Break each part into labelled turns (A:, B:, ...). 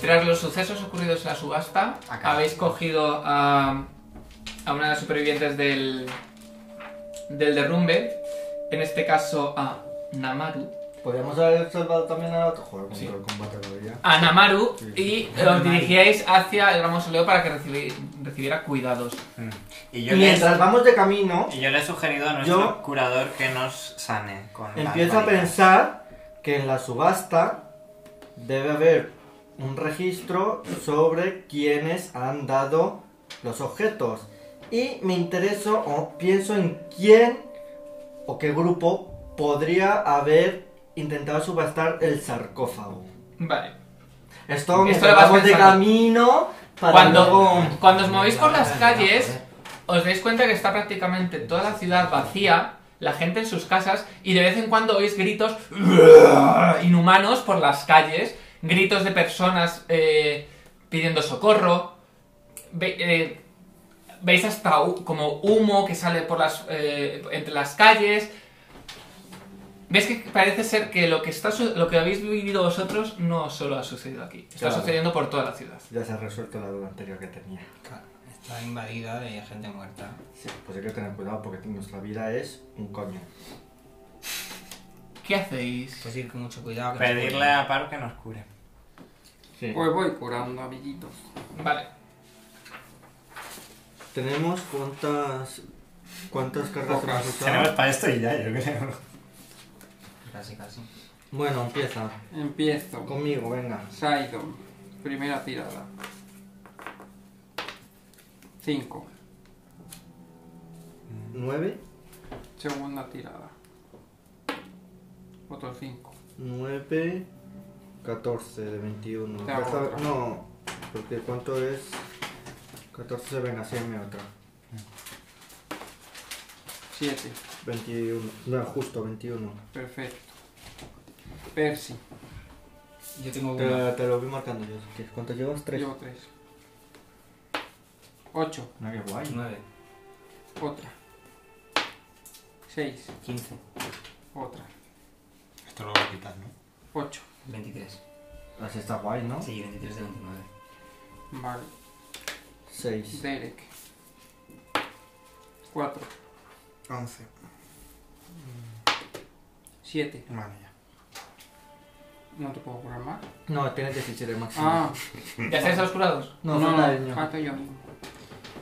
A: Tras los sucesos ocurridos en la subasta,
B: Acá.
A: habéis cogido a, a una de las supervivientes del, del derrumbe, en este caso a Namaru.
B: Podríamos haber salvado también al otro jugador contra
A: Sí.
B: el combate que había.
A: A Namaru y
B: Sí.
A: os dirigíais hacia el gran mausoleo para que recibi- recibiera cuidados.
C: Y yo, le,
B: Mientras vamos de camino,
C: y yo le he sugerido a nuestro
B: Yo-
C: curador que nos sane con las
B: empiezo a
C: varitas.
B: pensar que en la subasta debe haber un registro sobre quienes han dado los objetos. Y me intereso o pienso en quién o qué grupo podría haber intentado subastar el sarcófago.
A: Vale.
B: Esto me
A: Esto lo vas
B: de
A: pensando.
B: camino para luego...
A: Cuando, cuando os movéis por las calles, os dais cuenta que está prácticamente toda la ciudad vacía, la gente en sus casas, y de vez en cuando oís gritos inhumanos por las calles, gritos de personas eh, pidiendo socorro. Ve- eh, veis hasta hu- como humo que sale por las, eh, entre las calles. Ves que parece ser que lo que, está, su- lo que habéis vivido vosotros no solo ha sucedido aquí, está
B: Claro.
A: sucediendo por toda la ciudad.
B: Ya se ha resuelto la duda anterior que tenía.
D: Claro, Está invadida de gente muerta.
B: Sí, pues hay que tener cuidado porque nuestra vida es un coño.
A: ¿Qué hacéis?
D: Pues ir con mucho cuidado. que nos
C: Pedirle
D: cuiden.
C: a Paro que nos cure.
B: Sí.
E: Pues voy curando, amiguitos.
A: Vale.
B: Tenemos cuántas cuántas cargas
E: Pocas.
B: hemos usado?
C: Tenemos para esto y ya, yo creo.
D: Casi, casi.
B: Bueno, empieza.
E: Empiezo.
B: Conmigo, venga.
E: Saidon. Primera tirada. 5.
B: Nueve,
E: Segunda tirada. Otro 5.
B: nueve, catorce de 21.
E: Te hago
B: Ya sabe-
E: otra.
B: no, porque cuánto es 14, venga, sígueme otra.
E: 7.
B: 21, no, justo 21.
E: Perfecto. Percy.
D: Yo tengo una.
B: Te, te lo voy marcando yo. si quieres. ¿Cuánto llevas? 3.
E: Llevo 3. 8.
B: No, qué guay.
D: Nueve.
E: Otra. 6.
C: 15.
E: Otra.
C: Esto lo voy a quitar, ¿no?
E: 8.
D: 23.
B: Así está guay, ¿no?
D: Sí, 23 de 29.
E: Vale.
B: 6.
E: Derek. 4.
F: 11.
E: 7.
F: Vale, ya.
E: No te puedo curar más.
B: No, tienes 17 máximo.
E: Ah,
A: ¿Ya estáis a los curados?
B: no, no,
E: falta yo.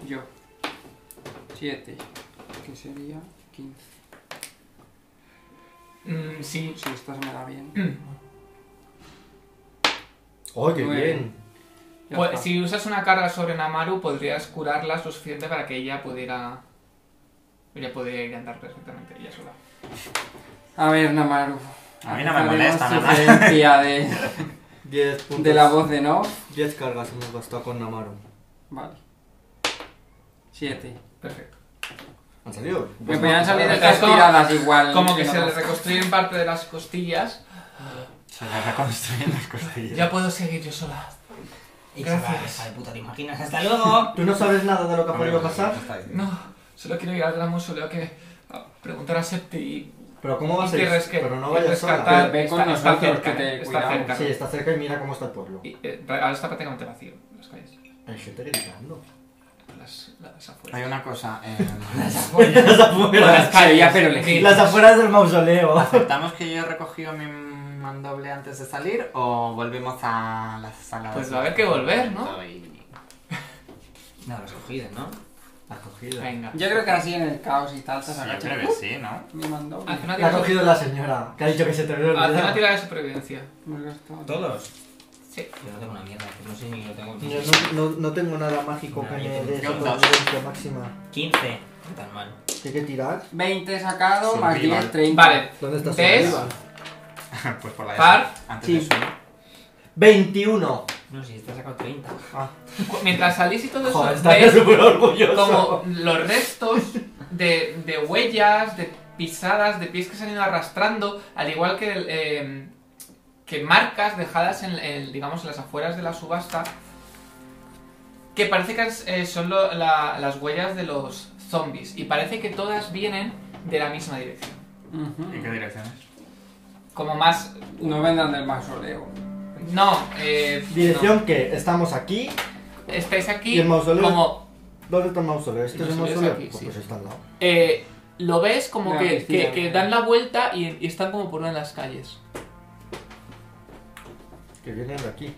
E: Yo. 7. Que sería 15.
A: Mm, sí.
E: Si esta se me da bien.
A: Mm.
B: ¡Oh, qué
E: Nueve.
B: bien!
E: Ya
A: Pues,
E: está.
A: si usas una carga sobre Namaru, podrías curarla lo suficiente para que ella pudiera. Ella podría ir a andar perfectamente ella sola.
E: A ver, Namaru.
C: A mí no me
E: Haremos
C: molesta, Namaru.
E: sugerencia de,
B: 10 puntos.
E: de la voz de no.
B: 10 cargas hemos gastado con Namaru.
E: Vale. 7.
A: Perfecto.
B: ¿Han salido?
C: Pues
E: Me podían salir
A: no,
E: estas
A: es como-
E: tiradas igual.
A: Como que se
E: no-
A: le reconstruyen parte de las costillas.
C: Se le reconstruyen las costillas.
A: Ya puedo seguir yo sola.
D: Y se va,
A: Gracias.
D: hija de puta, ¿te imaginas? ¡Hasta luego!
B: ¿Tú no sabes nada de lo que ha
C: Ah,
B: podido pasar?
A: No, solo quiero ir al gran mausoleo que. a preguntar a Septi y.
B: Pero ¿cómo vas a ir?
A: y resque-
B: Pero no
A: y
B: vayas
A: rescatar.
B: sola.
E: Ve con
A: Está, está
E: nosotros,
A: cerca,
E: que te
A: está
E: cuidamos.
A: cerca.
B: Sí, está cerca y mira cómo está el pueblo.
A: Y, eh, ahora está prácticamente vacío las calles.
B: Hay gente gritando.
A: Las, las afueras.
C: Hay una cosa. Eh,
B: Las
E: Las
B: afueras.
E: calles, pero elegidas.
B: Las afueras del mausoleo.
C: ¿Aceptamos que yo he recogido mi mandoble antes de salir o volvemos a la sala?
A: Pues va a haber que volver, ¿no?
D: No, los cogidos, ¿no?
B: La cogida.
A: Venga.
E: Yo creo que así en el caos y tal te
C: Yo
E: sacas.
C: creo que sí, ¿no?
E: Me mandó.
A: Haz una
B: La ha
A: tirada-
B: cogido la señora, que ha dicho que se te olvidó el
A: haz una
B: dedo.
A: tirada de supervivencia.
E: Me lo he gastado.
D: ¿Todos?
A: Sí.
D: Yo no tengo una mierda, pues no sé ni lo tengo.
B: Yo no, no, no tengo nada mágico que
D: No, yo
B: me
D: tengo
B: dé
C: un
B: esa
C: dos.
B: potencia máxima.
D: 15. No tan mal.
B: ¿Qué hay que tirar?
E: 20 sacado, más
C: Survival.
E: 10, 30.
A: Vale.
B: ¿Dónde está su
A: ¿Ves?
B: arriba?
C: pues por la de
A: Par.
C: Antes
B: Sí.
C: de subir.
B: 21.
D: No, si está sacado 30.
A: Cu- Mientras salís y todo eso,
B: Joder, está
A: veis
B: súper orgulloso.
A: como los restos de, de huellas, de pisadas, de pies que se han ido arrastrando, al igual que, el, eh, que marcas dejadas en, en, digamos, en las afueras de la subasta, que parece que es- eh, son lo- la- las huellas de los zombies, y parece que todas vienen de la misma dirección.
E: Ujú.
C: ¿En qué direcciones?
A: Como más...
E: No vendan del mausoleo.
A: No, eh.
B: Dirección que estamos aquí.
A: no. Estáis aquí.
B: ¿Y el mausoleo?
A: Como.
B: ¿Dónde está el mausoleo? ¿Este
A: El
B: es el
A: mausoleo es
B: mausoleo?
A: aquí,
B: Pues
A: sí.
B: pues está al lado.
A: eh, lo ves como
E: La
A: que, que-
E: piscina.
A: que dan la vuelta y, y están como por una de las calles.
B: Que vienen de aquí.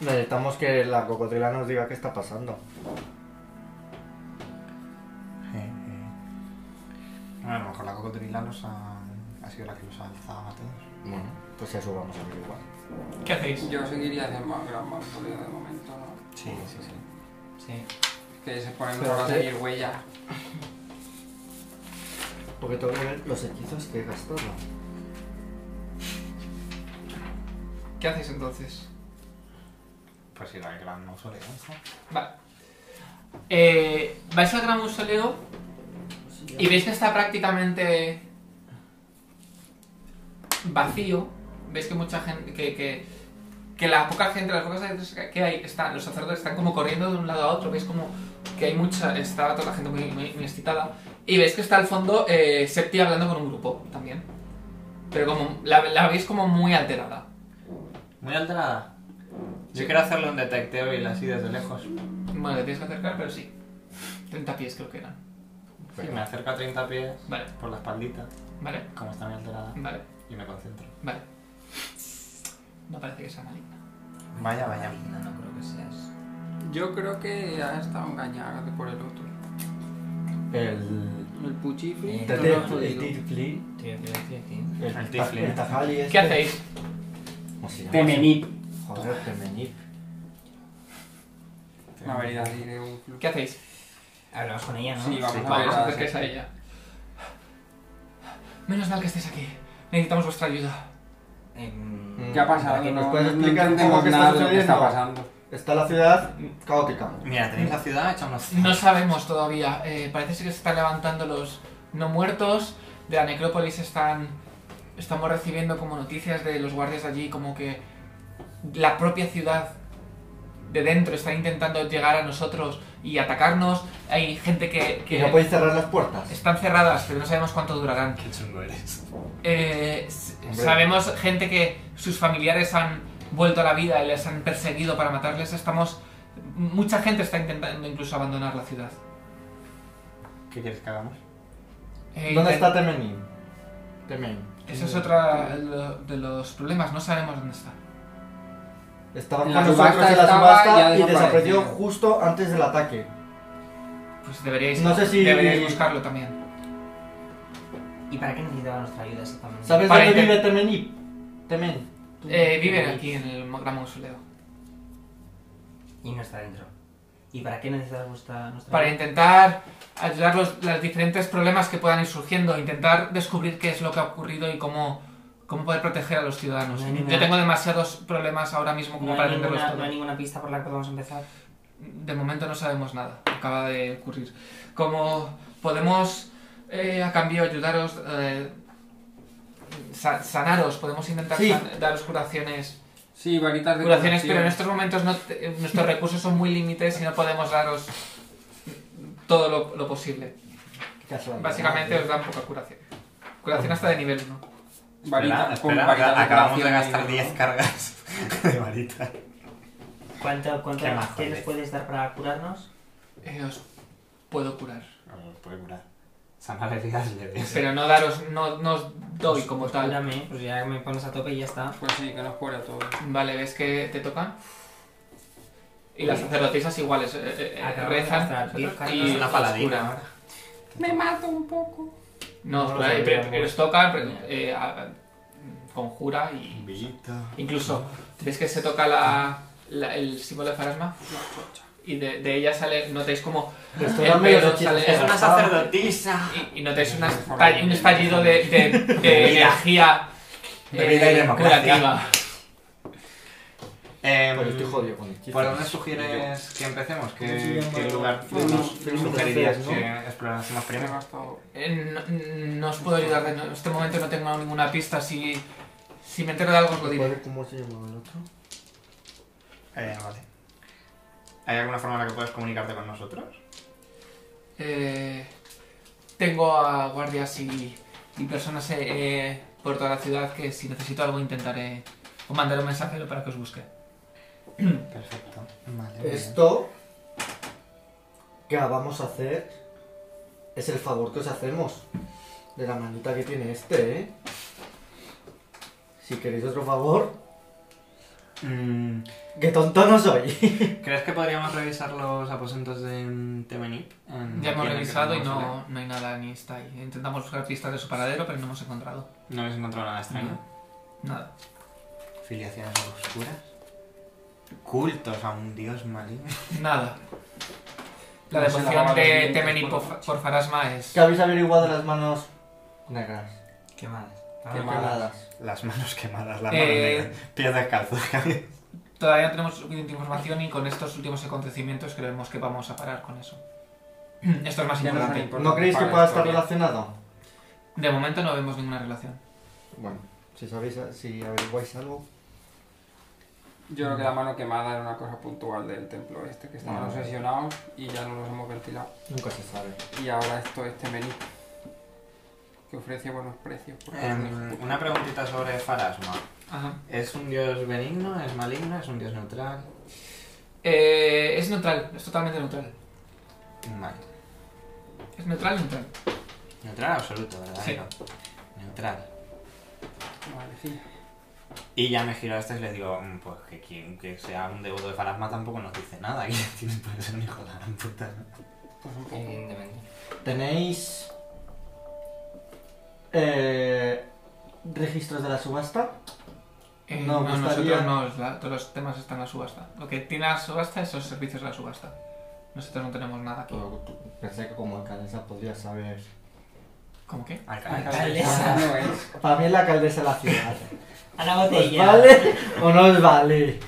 B: Necesitamos que la cocodrila nos diga qué está pasando.
C: A lo mejor la cocodrila los ha, ha sido la que los ha alzado a todos.
B: Bueno, pues eso vamos a averiguar.
A: ¿Qué hacéis?
E: Yo seguiría de ma- gran mausoleo de momento, ¿no?
C: Sí, sí, sí.
D: Sí.
E: Que se ponen
B: Pero
E: a
B: sí.
E: seguir huella.
B: Porque tengo que ver los hechizos que he gastado.
A: ¿Qué hacéis entonces?
C: Pues ir al gran mausoleo. ¿no?
A: Vale. Eh, vais al gran mausoleo y veis que está prácticamente vacío. Veis que mucha gente, que, que, que la poca gente, las pocas gentes que hay, están, los sacerdotes están como corriendo de un lado a otro. Veis como que hay mucha, está toda la gente muy, muy, muy excitada. Y veis que está al fondo eh, Septi hablando con un grupo también. Pero como la, la veis como muy alterada.
C: Muy alterada. Yo quiero hacerle un detecteo y así desde lejos. Sí,
A: Bueno, te tienes que acercar, pero sí. 30 pies creo que eran.
C: me acerco a 30 pies
A: Vale,
C: por la espaldita,
A: vale,
C: como está muy alterada,
A: vale.
C: y me concentro.
A: Vale. No parece que sea maligna.
C: Vaya, vaya.
D: No, no creo que seas.
E: Yo creo que ha estado engañada por el otro.
B: El.
E: El puchifi.
D: Eh,
E: no
D: te-
E: lo ha
D: te-
E: podido.
B: Tiflin.
D: Tío, tío, tío, tío.
B: El,
C: El
B: ta-
C: Tiflin.
B: el Tajali este.
A: ¿Qué hacéis?
B: ¿Cómo se llama?
E: Temenip.
B: Joder, Temenip.
E: Una vereda así de un club.
A: ¿Qué hacéis?
D: Hablamos con ella, ¿no?
E: Sí, vamos a ver.
A: Vamos a
E: a-
A: acerquéis a ella. Menos mal que estés aquí. Necesitamos vuestra ayuda.
D: Em,
E: ¿Qué ha pasado?
B: Aquí
E: No,
B: nos puedes
E: no
B: explicar un poco
E: entendemos
B: qué está
E: nada de lo que
B: sucediendo.
E: está pasando.
B: Está la ciudad caótica.
C: Mira, tenéis la ciudad hecha unos...
A: No sabemos todavía. eh, parece que se están levantando los no muertos. De la necrópolis están. Estamos recibiendo como noticias de los guardias de allí, como que la propia ciudad de dentro está intentando llegar a nosotros y atacarnos. Hay gente que.
B: Que
A: que
B: no podéis cerrar las puertas.
A: están cerradas, pero no sabemos cuánto durarán.
C: Qué chungo eres.
A: Eh, s-
B: Hombre.
A: sabemos gente que sus familiares han vuelto a la vida y les han perseguido para matarles. Estamos. Mucha gente está intentando incluso abandonar la ciudad.
C: ¿Qué quieres que hagamos?
A: Eh,
B: ¿Dónde
A: intent-
B: está Temenip? Temenip.
A: Ese es otro de los problemas, no sabemos dónde está.
B: Estaban
E: En
B: con
E: la
B: nosotros
E: subasta
B: en la
E: estaba y ha
B: subasta y,
E: desaparecido.
B: desapareció justo antes del ataque.
A: Pues deberíais,
B: No sé si-
A: deberíais buscarlo también.
D: ¿Y para qué necesitaba nuestra ayuda exactamente?
B: ¿Sabes
A: Para
B: dónde
A: intent-
B: vive Temenip? Temen.
A: Eh, viven aquí en el gran mausoleo.
D: Y no está dentro. ¿Y para qué necesitas vuestra, nuestra
A: Para
D: ayuda?
A: intentar ayudar los, los diferentes problemas que puedan ir surgiendo, intentar descubrir qué es lo que ha ocurrido y cómo, cómo poder proteger a los ciudadanos.
D: No hay ninguna-
A: Yo tengo demasiados problemas ahora mismo como
D: No
A: para
D: hay,
A: atenderlos
D: ninguna,
A: todos.
D: no hay ninguna pista por la que podamos empezar.
A: De momento no sabemos nada, acaba de ocurrir. Como podemos eh, a cambio ayudaros, eh, sa- sanaros, podemos intentar
B: Sí.
A: san- daros curaciones,
E: Sí, varitas de
A: curaciones,
E: curación.
A: pero en estos momentos no te- eh, nuestros recursos son muy límites y no podemos daros todo lo, lo posible.
B: Qué casualidad.
A: Básicamente os dan poca curación. Curación hasta de nivel 1.
E: Varitas
C: Espera,
E: con
C: espera,
E: varitas
C: acabamos de
E: curación
C: gastar
E: ahí.
C: 10 cargas de varita.
D: ¿Cuánto, cuánto
C: Qué majo
D: qué nos
C: eres.
D: puedes dar para curarnos?
A: Eh, os puedo curar.
C: Puede curar. Sanar heridas leves.
A: Pero no daros, no, no os doy como tal.
D: Cúrame, pues ya me pones a tope y ya está.
E: Pues sí, que nos cura todo.
A: Vale, ves que te tocan. Y las sacerdotisas iguales eh, eh, eh,
D: Acabamos de
A: rezan
D: gastar 10 cartas.
A: y
D: Es
C: una
A: os
C: paladina
A: curan.
C: ahora.
E: Me mato un poco.
A: No,
D: No lo
A: claro,
D: sabía,
A: pero-
D: no.
A: pero os tocan, pero, eh, a- conjura y incluso ves que se toca la, la- el símbolo de farasma y de, de ella sale, notáis como
B: Te estoy
A: el
B: dando los
A: pelo
B: hechizos
A: sale-
B: que
A: es una
B: gastaba.
C: sacerdotisa.
A: y, y notáis una estall- un estallido de, de- de
C: Vida.
A: energía
C: De vida y democracia.
A: curativa.
C: Eh,
B: Pero estoy jodido con hechizos.
C: ¿Por dónde sugieres que empecemos?
B: ¿Cómo se
C: ¿Qué,
B: llama?
C: qué lugar
E: No, no,
C: sugerirías
B: ¿no?
C: que explorásemos
E: Me he
C: primero?
E: gastado.
A: Eh, no, no os puedo ayudar, de- en este momento no tengo ninguna pista, si, si me entero de algo os lo diré.
B: Joder, ¿Cómo se llamaba el otro?
C: Eh, vale. ¿Hay alguna forma en la que puedas comunicarte con nosotros?
A: Eh, tengo a guardias y y personas eh, eh, por toda la ciudad que si necesito algo intentaré o mandaré un mensajero para que os busque.
C: Perfecto. Vale. muy bien.
B: Eh, Esto que vamos a hacer es el favor que os hacemos de la manita que tiene este, ¿eh? Si queréis otro favor,
C: Mm,
B: que tonto no soy.
C: ¿Crees que podríamos revisar los aposentos de Temenip? En-
A: Ya hemos
C: en el Mm, que
A: revisado y
C: tenemos el-
A: no, no hay nada ni está ahí. Intentamos buscar pistas de su paradero, pero no hemos encontrado
C: ¿No habéis encontrado nada extraño?
A: nada.
C: Filiaciones oscuras. Cultos a un dios maligno.
A: Nada. La
E: No se
A: devoción
E: lavaba los
A: de
E: dientes,
A: Temenin
E: por-
A: por, por Farasma es...
B: Que habéis averiguado las manos negras.
D: Qué malas.
E: Qué
D: Ah,
E: malas.
B: Quemadas.
C: Las manos quemadas, la mano
A: Eh.
C: negra. Pies descalzos.
A: Todavía no tenemos suficiente información y con estos últimos acontecimientos creemos que vamos a parar con eso. Esto es más
E: Ya no es tan
A: importante.
E: importante
B: ¿No creéis que
E: para la
B: pueda estar
E: historia.
B: relacionado?
A: De momento no vemos ninguna relación.
B: Bueno, si sabéis, si averiguáis algo.
E: Yo creo que la mano quemada era una cosa puntual del templo este, que estaban
B: Ah.
E: obsesionados y ya no los hemos ventilado.
B: Nunca se sabe.
E: Y ahora esto es Temerí, que ofrece buenos precios. por
C: Em, una preguntita sobre Farasma.
A: Ajá.
C: ¿Es un dios benigno? ¿Es maligno? ¿Es un dios neutral?
A: Eh, es neutral, es totalmente neutral.
C: Vale.
A: Es neutral, neutral.
C: Neutral absoluto, ¿verdad?
A: Sí.
C: Neutral.
E: Vale, sí.
C: Y ya me giro a este y les digo, mm, pues que quien que sea un devoto de Farasma tampoco nos dice nada. Que tiene puede ser un hijo de la gran puta. ¿no?
E: Pues un poco.
D: Evidentemente.
B: ¿Tenéis eh, registros de la subasta?
A: Eh,
B: No,
A: no,
B: gustaría-
A: nosotros no, es la- todos los temas están en la subasta. Lo que tiene la subasta es los servicios de la subasta. Nosotros no tenemos nada aquí.
E: Oh.
B: Pensé que como alcaldesa podría saber.
A: ¿Cómo qué?
C: Alcalde.
D: Alcaldesa.
E: No es.
B: Para mí es la alcaldesa de la ciudad.
D: A la
B: ¿Os
D: botella.
B: vale o no os vale?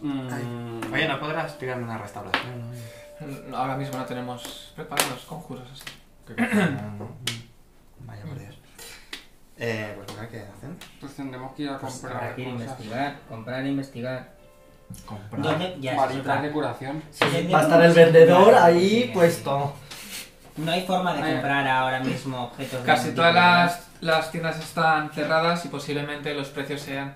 E: Mm,
C: Oye, ¿no podrás tirarme una restauración? no?
A: No, Ahora mismo no tenemos preparados conjuros así.
C: Vaya por Dios. Eh, pues venga, ¿qué hacen?
E: Pues tendremos que ir a
D: Pues
E: comprar
D: habrá que ir a
E: cosas.
D: investigar, comprar e investigar.
B: Comprar.
D: ¿Dónde? Ya, eso es
E: Varitas
D: otra.
E: de curación.
D: Sí, sí,
B: Va a estar el
D: sí,
B: vendedor
D: claro,
B: ahí
D: sí, sí.
B: puesto.
D: No hay forma de
E: Ay,
D: comprar ahora mismo objetos de
A: Casi
D: ningún
A: todas
D: tipo, ¿verdad?
A: las, las tiendas están cerradas y posiblemente los precios sean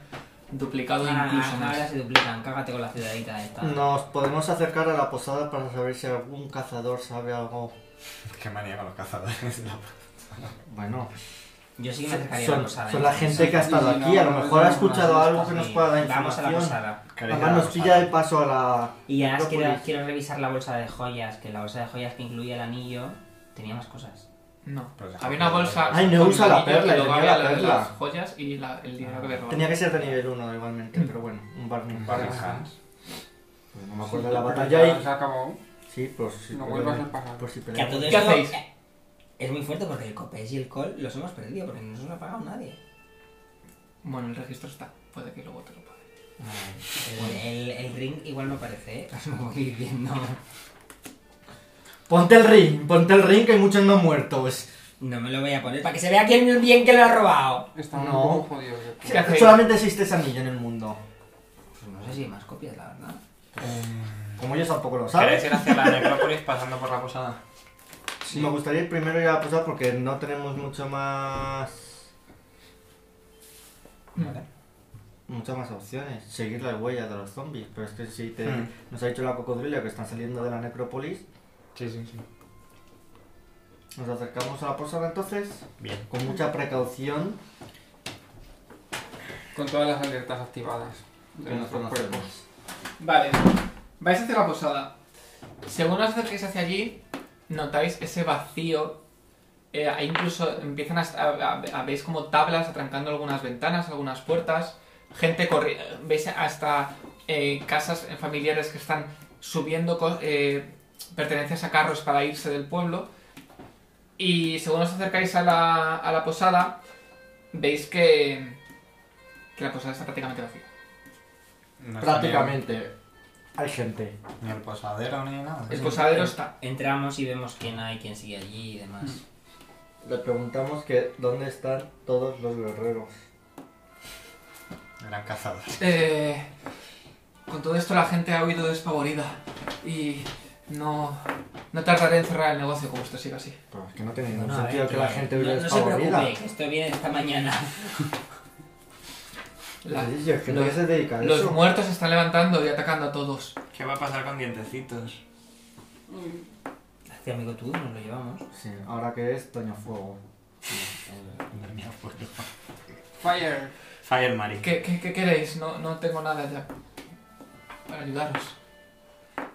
A: duplicados
D: Ah,
A: incluso
D: Ahora
A: más.
D: se duplican, cágate con la ciudadita esta.
B: Nos podemos acercar a la posada para saber si algún cazador sabe algo.
C: Qué manía con los cazadores. ¿no?
B: Bueno,
D: Yo sí que me acercaría a la
B: son,
D: posada.
B: son la
D: entonces.
B: gente que ha estado
E: Sí, sí,
B: aquí. A
E: no,
B: lo
E: no,
B: mejor
E: no,
B: ha
E: no,
B: escuchado
E: no,
B: algo que nos
D: Sí,
B: pueda dar
D: Vamos a la
B: información.
D: posada.
B: Además nos pilla el paso a la...
D: Y además
B: Propolis.
D: quiero, quiero revisar la bolsa de joyas, que la bolsa de joyas que incluía el anillo tenía más cosas.
A: No.
C: Pero se
A: Había una bolsa.
B: Ay, no
A: con
B: usa la
A: anillo
B: perla,
A: y luego
B: tenía
A: había
B: la
A: lo de
B: perla. Ah.
A: las joyas y la- el dinero que había robado.
B: Tenía que ser de nivel 1 igualmente, pero bueno, un bar
C: Un
B: un
C: par
B: bar-
C: de
E: Ajá.
C: hands.
B: No me acuerdo de la
E: Pero
B: batalla
E: ya
B: y...
E: Se acabó.
B: Sí, pues si
E: No
B: pelea-
E: vuelvas al pasado.
B: Por si
D: Que
B: pelea.
D: a todo
A: ¿Qué
D: esto,
A: hacéis?
D: eh, Es muy fuerte porque el copés y el col los hemos perdido porque no se nos ha pagado nadie.
A: Bueno, el registro está. Puede que luego te lo pague.
D: El, el- el ring igual no aparece, ¿eh? os lo voy diciendo.
B: Ponte el ring, ponte el ring que hay muchos no muertos.
D: No me lo voy a poner para que se vea quién bien que lo ha robado.
E: Estamos
B: No.
E: un poco jodidos. yo creo.
A: ¿Qué hacéis?
B: Solamente existe ese anillo en el mundo.
D: Pues no sé si hay más copias, la verdad.
B: Como ellos tampoco lo saben.
C: ¿Queréis ir hacia la necrópolis pasando por la posada?
B: Me gustaría primero ir a la posada porque no tenemos mucho más...
C: Vale.
B: Muchas más opciones. Seguir las huellas de los zombies. Pero es que si te...
C: Mm.
B: nos ha dicho la cocodrila que están saliendo de la necrópolis,
C: Sí, sí, sí.
B: nos acercamos a la posada entonces.
C: Bien.
B: Con mucha precaución.
E: Con todas las alertas activadas de
B: Que nos
E: nuestros cuerpos.
B: conocemos.
A: Vale, vais hacia la posada. Según os acerquéis hacia allí, notáis ese vacío. Eh, ahí incluso empiezan a, a- a- veis como tablas atrancando algunas ventanas, algunas puertas, gente corriendo, veis hasta eh, casas familiares que están subiendo co- eh, pertenencias a carros para irse del pueblo. Y según os acercáis a la, a la posada, veis que, que la posada está prácticamente vacía.
C: No está
B: Prácticamente. Hay gente.
C: Ni el, ni el posadero ni nada.
A: El posadero está.
D: Entramos y vemos quién hay, quién sigue allí y demás.
B: Le preguntamos que dónde están todos los guerreros.
C: Gran cazador.
A: Eh, con todo esto la gente ha huido despavorida y No, no tardaré en cerrar el negocio como esto siga así.
B: Pues es que no tiene ningún
D: No, no,
B: sentido
D: eh,
B: que la gente viva
D: No, no se
B: despavorida.
D: preocupe, que esto viene esta mañana.
A: La-
B: Sí, sí, es que
A: los-
B: nadie se dedica a
A: los
B: eso.
A: muertos se están levantando y atacando a todos.
C: ¿Qué va a pasar con dientecitos?
D: Hacia Este amigo tú, nos lo llevamos.
B: Sí, ahora que es Toño Fuego.
E: Fire.
C: pues Fire Mari.
A: ¿Qué, qué- qué queréis? No, no tengo nada ya para ayudaros.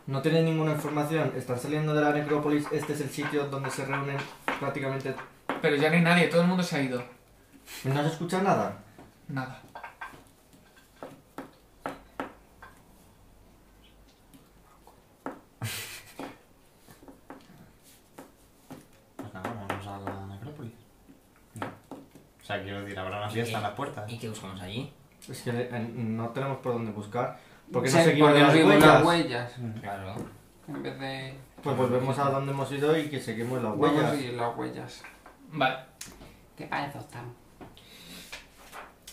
B: No tiene ninguna información, están saliendo de la necrópolis, este es el sitio donde se reúnen prácticamente...
A: Pero ya no hay nadie, todo el mundo se ha ido.
B: ¿No se escucha nada?
A: Nada.
C: Pues nada, vamos a la necrópolis. No. O sea, quiero decir, habrá una
D: ¿Y-
C: fiesta en las puertas.
D: ¿Y qué buscamos allí?
B: Es que eh, no tenemos por dónde buscar, porque
E: Sí,
B: no seguimos
E: porque
B: las
E: no seguimos
B: huellas.
E: las huellas.
C: Mm.
D: Claro.
E: En vez de...
B: Pues volvemos a donde hemos ido y que seguimos las
E: Vamos a
B: huellas.
E: seguir las huellas.
A: Vale.
E: ¿Qué parece, Octavio?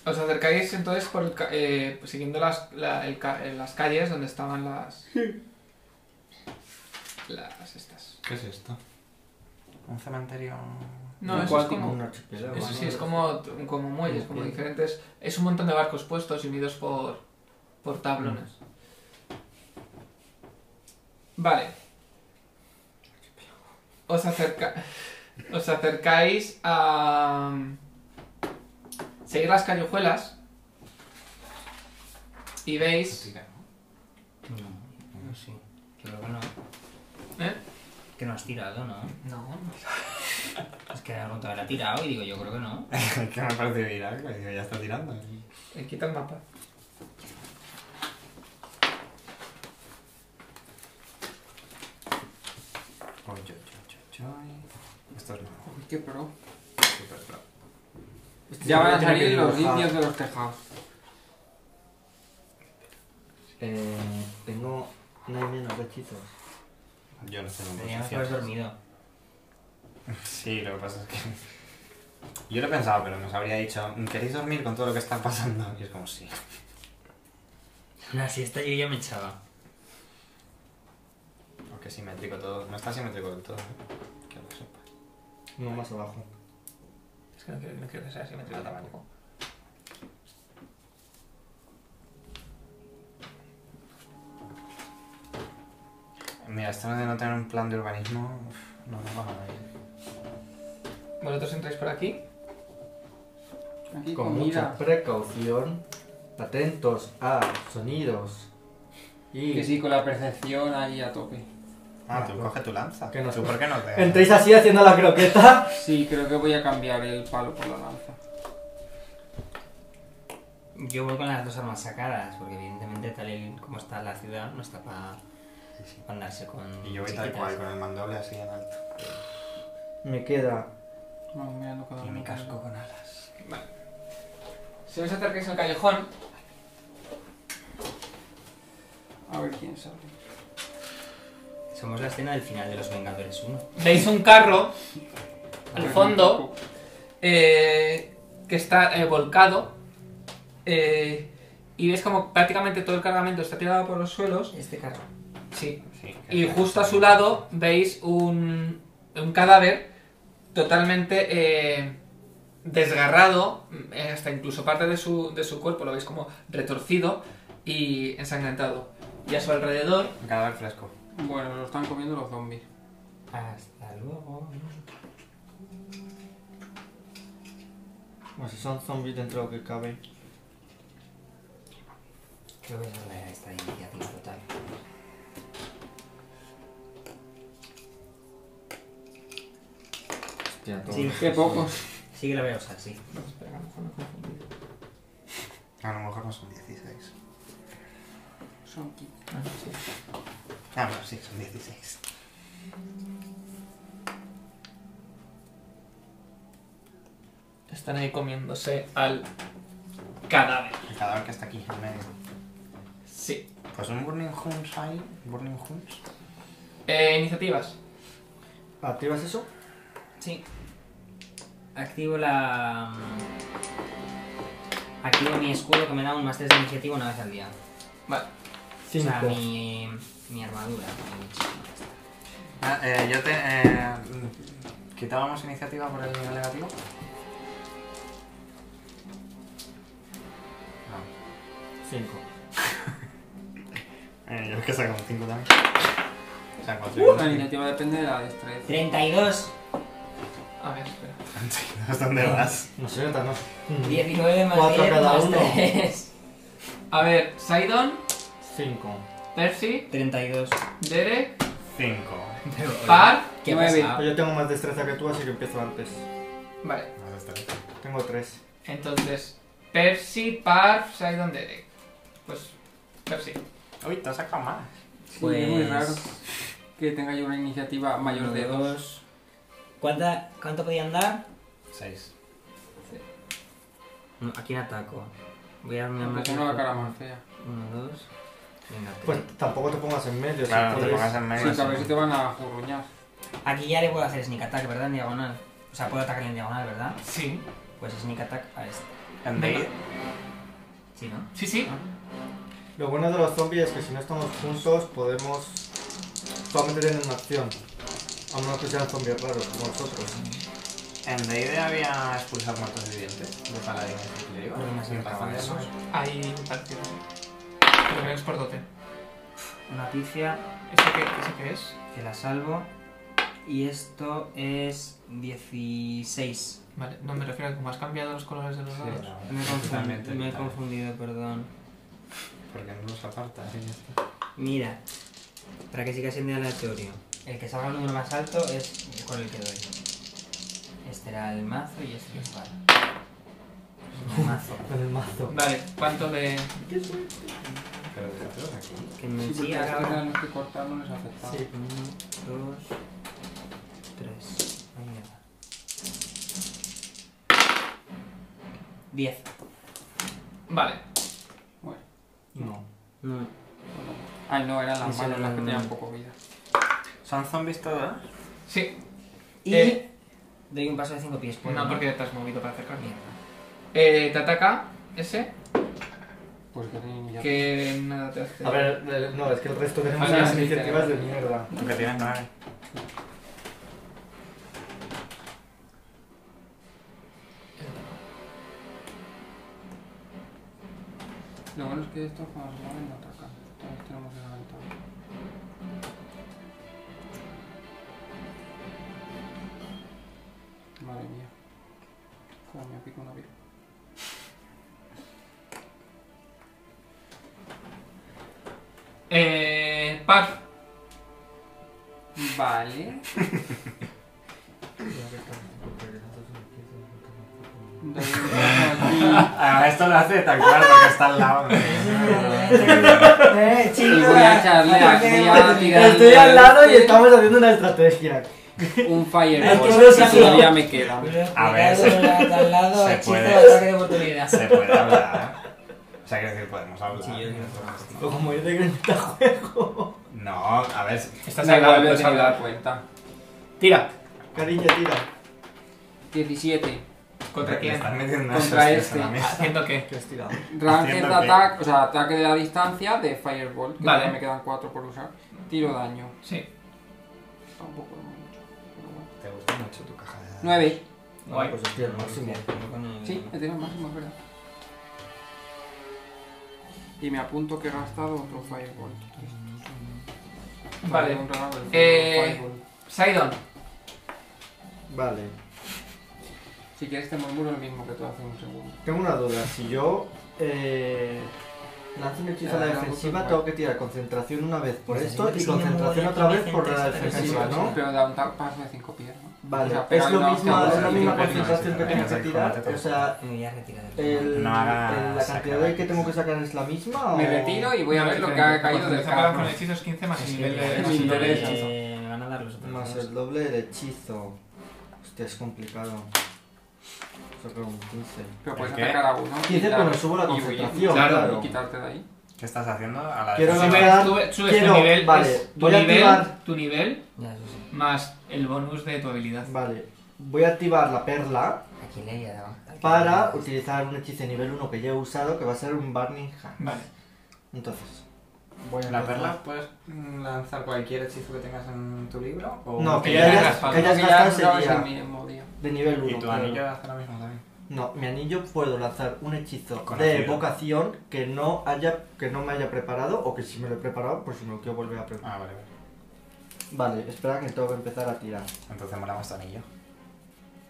A: Os acercáis entonces por el ca- eh, siguiendo las, la- el ca- eh, las calles donde estaban las... Las estas.
C: ¿Qué es esto? Un cementerio.
A: No,
E: Un
A: eso es
E: cuartico,
A: como...
B: Una chipera,
A: Eso
B: bueno,
A: sí, es como, como muelles, como
B: Bien.
A: diferentes... Es un montón de barcos puestos y unidos por, por tablones. Vale. Os, acerca... Os acercáis a... Seguir las callejuelas. Y veis...
D: No, no sé. Yo creo que no.
A: ¿Eh?
D: Que no has tirado, ¿no?
A: No,
D: Es que algún te habrá tirado y digo, yo creo que no.
C: que me parece viral, que ya está tirando. Pues
A: Eh, quita el mapa.
C: Oy, oy, oy, oy, oy. Esto es nuevo.
E: Uy, qué pro.
C: Super pro.
B: Este
E: Ya van a
B: tiene que
E: salir los
B: dibujar.
E: indios de los tejados.
B: Eh, tengo no hay menos de hechizos.
C: Yo no sé cómo
D: Teníamos que haber
C: funciona.
D: dormido.
C: Sí, lo que pasa es que. Yo lo he pensado, pero nos habría dicho, ¿queréis dormir con todo lo que está pasando? Y es como, sí.
D: La siesta yo ya me echaba.
C: Porque es simétrico todo. No está simétrico del todo, ¿eh? Que lo sepa.
B: No más abajo.
A: Es que no quiero, no quiero que sea asimétrico tampoco.
C: Mira, esto de no tener un plan de urbanismo, uf, no nos baja nadie.
A: Vosotros entráis por aquí.
E: Aquí
B: Con
E: comida.
B: mucha precaución, atentos a sonidos y
E: Que sí, con la percepción ahí a tope.
C: Ah, tú coge tu lanza.
B: Que no
C: ¿Tú
B: sé.
C: por qué no te.?
B: entréis así haciendo la croqueta.
E: Sí, creo que voy a cambiar el palo por la lanza.
D: Yo voy con las dos armas sacadas, porque evidentemente tal y como está la ciudad, no está para andarse con
C: Y yo voy tal
D: chiquitas.
C: cual, con el mandoble así en alto.
B: Me queda
E: Vamos mirando cada uno.
C: con alas.
A: Vale. Si os acercáis al callejón,
E: A ver quién sale.
D: Somos la escena del final de Los Vengadores 1.
A: veis un carro
E: A
A: al
E: ver,
A: fondo eh, que está eh, volcado. eh, y veis como prácticamente todo el cargamento está tirado por los suelos.
D: Este carro.
A: Sí.
C: Sí,
A: Y justo a su lado veis un, un cadáver totalmente eh, desgarrado, mm, eh, hasta incluso parte de su, de su cuerpo lo veis como retorcido y ensangrentado. Y a su alrededor
C: Un cadáver fresco.
E: Bueno, lo están comiendo los zombies.
D: Hasta luego.
B: Bueno, si son zombies dentro de lo que cabe.
D: Creo que es la esta iniciativa total.
B: Hostia, todo.
D: Sí.
E: Qué pocos.
D: Sí que la voy a usar, sí.
A: Espera, que a lo mejor me he confundido.
C: A lo mejor no son 16.
E: Son aquí.
A: Ah, sí.
C: Ah, bueno, sí, son 16.
A: Están ahí comiéndose al cadáver.
C: El cadáver que está aquí en medio.
A: Sí.
C: Pues un Burning Huns ahí. Burning Huns.
A: Eh, iniciativas.
B: ¿Activas eso?
D: Sí. Activo la. mm, Activo mi escudo que me da un más 3 de iniciativa una vez al día.
A: Vale.
D: O sea,
B: Cinco.
D: mi, mi armadura. mi-
C: Ah, eh, yo te. Eh, ¿Quitábamos iniciativa por el nivel negativo? No.
B: Cinco.
C: Eh, yo es que saco un 5 también. O sea,
D: Uh,
E: La
C: 4
E: iniciativa depende de la destreza.
D: 32,
A: A ver, espera.
C: ¿Dónde vas?
B: No sé, no.
D: 19 más
B: Mm. Cuatro
D: 10
B: cada
D: más
B: uno.
D: 3.
A: A ver, Sidon,
B: Cinco.
A: Percy,
D: 32.
A: Dere,
C: 5.
A: Par.
D: ¿Qué
E: Nueve.
D: pasa?
B: Yo tengo más destreza que tú, así que empiezo antes.
A: Vale,
B: Tengo tres.
A: entonces, Percy, Par, Sidon, Dere. Pues, Percy.
C: Uy, te has sacado más.
E: Sí, es muy raro que tenga yo una iniciativa mayor de dos.
D: 2. ¿Cuánta, ¿Cuánto podía andar?
C: 6.
D: No, ¿A quién ataco? Voy a darme
E: Me tengo la cara más fea.
D: 1, 2. Venga,
B: Pues tampoco te pongas en medio.
C: Claro, no te
B: si puedes.
C: pongas en
E: Sí,
C: medio.
E: que a ver si te van a jurruñar.
D: Aquí ya le puedo hacer sneak attack, ¿verdad? En diagonal. O sea, puedo atacar en diagonal, ¿verdad?
A: Sí.
D: Pues sneak attack a este.
C: En Dave.
D: Sí, ¿no?
A: Sí, sí.
B: Lo bueno de los zombies es que si no estamos juntos, podemos. Solamente tienen una acción. A menos que sean zombies raros como nosotros.
C: En Dave había expulsado muertos vivientes de paladines y clérigos.
D: Porque Pues me has
C: Sin
D: sacado
C: razón de
D: esos.
C: eso.
A: Hay un partido. Lo menos por dote.
D: Una pifia
A: ¿Ese qué, ese qué es?
D: que la salvo. Y esto es 16.
A: Vale, no me refiero a que como has cambiado los colores de los dados.
D: Me he confundido,
C: Totalmente
D: me he
C: evitable.
D: confundido perdón.
C: Porque no nos aparta. ¿eh? así ya está.
D: Mira, para que siga siendo aleatorio. El que salga el número más alto es con el que doy. Este era el mazo y este es para. El mazo.
B: Con el mazo.
A: Vale, ¿cuánto de...?
C: Pero déjatelos aquí.
D: Que me
E: Sí, porque
D: siga
E: a
D: acá.
E: los que cortar no les afecta.
B: Sí.
D: Uno, dos, tres. Ay, mierda. Diez.
A: Vale.
E: Bueno.
B: No.
D: No.
E: Ay, Ah, no, eran las
D: Ese
E: manos
D: era
E: las que
D: el-
E: tenían poco vida.
C: ¿Son zombies todos?
A: Sí.
D: Y
A: Eh.
D: doy un paso de cinco pies. pues, ¿puedo?
A: No, porque te has movido para acercarme.
D: Mierda.
A: Eh, te ataca ese,
E: Pues que ni ya.
A: que nada te hace...
B: A ver, eh, no, es que el resto tenemos
E: Ah,
B: unas
E: sí,
B: iniciativas de
E: tenemos.
B: mierda.
C: Tú que tienes nueve.
E: Lo bueno es que estos cuando se mueven no atacan. Entonces tenemos esa ventaja. Madre mía. Como me pico una vida.
A: Eh, par.
E: Vale. Doy un paso aquí
C: Además, Ah, esto lo hace tan claro porque está al lado.
D: eh,
E: Y voy a echarle aquí, voy a tirar
B: Estoy al lado y estamos haciendo una estrategia.
E: un
D: Es que
E: fireball.
D: no se ha
E: y todavía
D: pillado.
E: me queda.
C: A ver, se-
D: al lado,
C: se
D: hechizo,
C: puede.
D: ataque de oportunidad.
C: Se puede hablar. ¿eh? O sea, quiero decir, podemos hablar.
D: Sí, yo digo.
B: O como yo de gran metajuego.
C: No, a ver.
A: Estás
E: Me
A: hablando,
E: vuelve a
A: puedes
E: tener la
A: hablar.
E: cuenta.
A: Tira.
B: Cariño, tira.
E: 17.
A: ¿Contra
C: Me
A: quién?
C: están metiendo
E: Contra
C: esos pies
E: este.
C: en la mesa.
A: Haciendo qué.
B: Que has tirado.
E: Ranged
C: Haciendo que-
E: attack, o sea, ataque de la distancia de Fireball, que
A: Vale.
E: todavía me quedan 4 por usar. Tiro daño.
A: Sí.
E: Tampoco es mucho. Pero bueno.
C: Te gusta mucho tu caja de dados.
E: 9.
A: Guay.
B: Pues estoy al máximo.
E: Sí, he tenido el máximo, es verdad. Y me apunto que he gastado otro Fireball.
A: Vale.
E: Tengo que grabar el
A: Eh,
E: Fireball.
A: Sidon.
B: Vale.
E: Si quieres te murmuro lo mismo que tú hace un segundo.
B: Tengo una duda. Si yo eh, lanzo mi hechizo a la
E: Ah,
B: defensiva, tengo que tirar concentración una vez por
E: Pues,
B: esto y concentración otra vez por la defensiva, ¿no?
E: Pero da un ta- paso de 5 pies, ¿no? O
B: Vale.
E: sea, pega
B: Es lo
E: una
B: mismo,
E: hostia
B: es la
E: de
B: misma
E: cinco pies.
B: concentración que tengo que tirar. O sea,
D: Me voy a retirar del
B: el,
C: No hagas
B: el- la cantidad de que tengo que sacar es la misma.
E: Me
B: o-
E: retiro y voy a
A: No,
E: ver lo que
A: diferente.
E: ha caído del
A: Te pagan Pues, con
E: carro.
A: hechizos 15 más el
D: Sí,
A: nivel de...
D: me-
A: más
E: sí,
A: el nivel de-
E: interesa.
D: eh, Me van a dar los otros
B: Más
D: dos.
B: el doble del hechizo. Hostia, es complicado. Sacar un 15.
E: Pero puedes
C: ¿El qué?
E: atacar a uno. y
B: 15,
E: dar-
B: pero subo la
E: y huir.
B: concentración.
A: Claro,
E: Y quitarte de ahí.
C: ¿Qué estás haciendo? A la
B: Quiero
C: defensiva.
B: ver-
A: Subes, subes
B: Quiero-
A: tu nivel,
B: vale,
A: es tu
B: voy a
A: nivel,
B: activar-
A: tu nivel
D: Ya, eso sí.
A: más el bonus de tu habilidad.
B: Vale. Voy a activar la perla
D: ¿A quién le había dado? ¿A quién
B: para
D: le había dado?
B: utilizar un hechizo de nivel 1 que ya he usado, que va a ser un Burning Hand.
A: Vale.
B: Entonces,
E: Voy a
C: ¿La
E: empezar.
C: perla puedes mm, lanzar cualquier hechizo que tengas en tu libro? O...
B: No, que
E: Que
B: ya
E: Oh, ya
B: hayas-
E: has gastado.
B: que hayas
E: Que ya
B: gastado ese
E: no es
B: día.
E: el mismo día.
B: De nivel 1.
C: Y tu anillo hace lo mismo también.
B: No, mi anillo puedo lanzar un hechizo de
C: Conocido.
B: evocación que no haya que no me haya preparado o que si me lo he preparado, pues si me lo quiero volver a preparar.
C: Ah, vale, vale.
B: Vale, espera que tengo que empezar a tirar.
C: Entonces mola más tu anillo.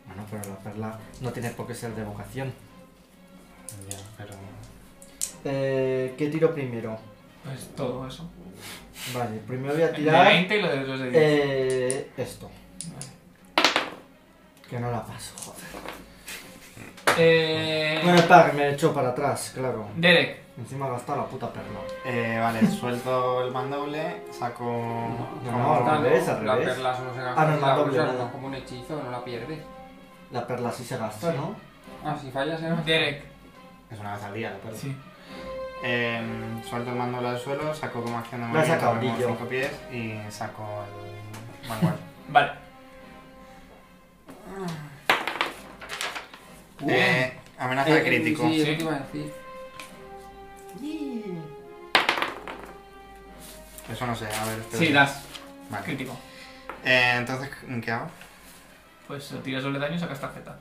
B: Bueno, pero la perla no tiene por qué ser de evocación.
C: Ya, pero...
B: Eh, ¿Qué tiro primero?
A: Pues todo eso.
B: Vale, primero voy a
A: El de
B: tirar
A: 20 y lo de los de 10.
B: eh, esto. Que no la paso, joder.
A: Eh,
B: Bueno, está, que me echo para atrás, claro.
A: Derek,
B: Encima he gastado la puta perla.
C: Eh, vale, suelto el mandoble, saco...
B: no,
C: como-
B: no, al revés, al
E: La
B: revés.
E: perla solo se
B: Ah,
E: gasta.
B: no,
E: si
B: no,
E: la
B: doble,
E: usas,
B: nada.
E: no es como un hechizo, no la pierdes.
B: La perla sí se gasta, ¿no?
E: Ah, si fallas, ¿eh?
A: Derek.
C: Es una vez al día, la perla.
A: Sí.
C: Eh, suelto el mandoble al suelo, saco como acción de
B: Lo he sacado,
C: me muevo
B: Lillo.
C: cinco pies y saco el manual.
A: Vale.
C: eh, amenaza
E: Eh,
C: crítico.
E: Sí,
A: Sí.
E: eso te iba a decir.
C: Eso no sé, a ver. espera.
A: Sí, das.
C: Vale.
A: Crítico.
C: Eh, entonces, ¿qué hago?
A: Pues eh, tiras doble daño y sacas tarjeta.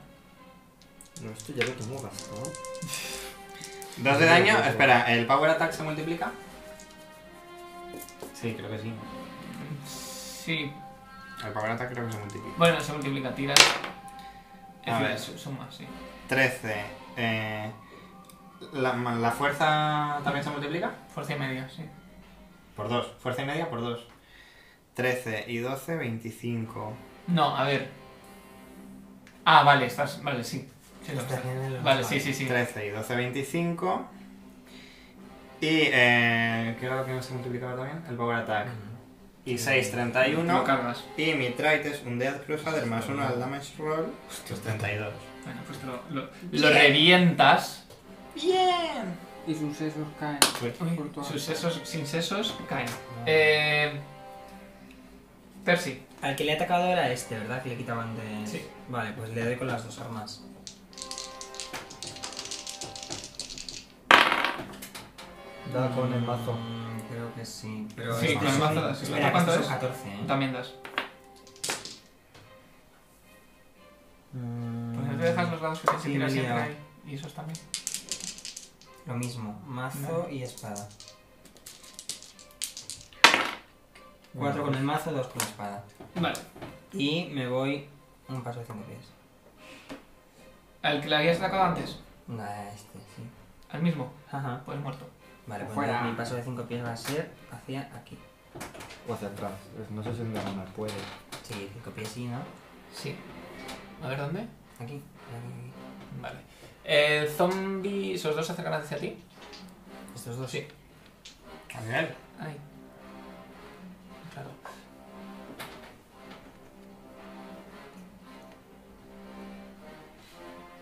B: No, esto ya lo tengo gastado.
C: Dos de daño, espera, ¿el power attack se multiplica? Sí, creo que sí.
A: Sí.
C: El power attack creo que se multiplica.
A: Bueno, se multiplica. Tiras. Es
C: A
A: decir,
C: ver.
A: su- suma, sí.
C: 13. Eh, la, la fuerza también se multiplica?
A: Fuerza y media, sí.
C: Por 2. Fuerza y media por 2. 13 y 12, 25.
A: No, a ver. Ah, vale, estás. Vale, sí. Sí, lo estás. Vale, sí, sí, sí.
C: 13 y 12, 25. Y, eh, ¿qué era lo que no se multiplicaba también? El power attack. Y 6,
A: No
C: 31.
A: cargas.
C: Y mi trait es un Death Crusader más 1 al damage roll. Hostia, 32.
A: Bueno, pues te lo, lo, lo revientas.
C: ¡Bien!
E: Y sus sesos caen.
A: Uy,
E: por todas
A: sus
E: partes.
A: sesos, sin sesos, caen.
C: Ah.
A: Eh. Percy.
D: Al que le he atacado era este, ¿verdad? Que le quitaba antes.
A: Sí.
D: Vale, pues le doy con las dos armas.
B: Da con el mazo.
D: Mm, Creo que sí, pero. este
A: Sí,
D: es-
A: con el mazo das.
D: Espera, que
A: ¿Cuánto
D: estos son
A: es?
D: 14, ¿eh?
A: También das.
D: Mm,
A: Pues no te dejas los dados que tienes que
D: Sí,
A: tirar
D: me he
A: siempre
D: liado.
A: ahí. Y esos también.
D: Lo mismo, mazo y espada. Cuatro con el mazo, dos con la espada.
A: Vale.
D: Y me voy un paso de cinco pies.
A: Al que le habías atacado antes.
D: Nah, este, sí.
A: Al mismo.
D: Ajá.
A: Pues muerto.
D: Vale, pues
E: Fuera.
D: mi paso de cinco pies va a ser hacia aquí.
B: O hacia atrás. Es- No sé si en diagonal puede.
D: Sí, cinco pies sí, ¿no?
A: Sí. A ver dónde.
D: Aquí. aquí, aquí.
A: Vale. El zombie. ¿Esos dos se acercan hacia ti?
D: Estos dos.
A: Sí.
C: A nivel.
A: Ahí. Claro.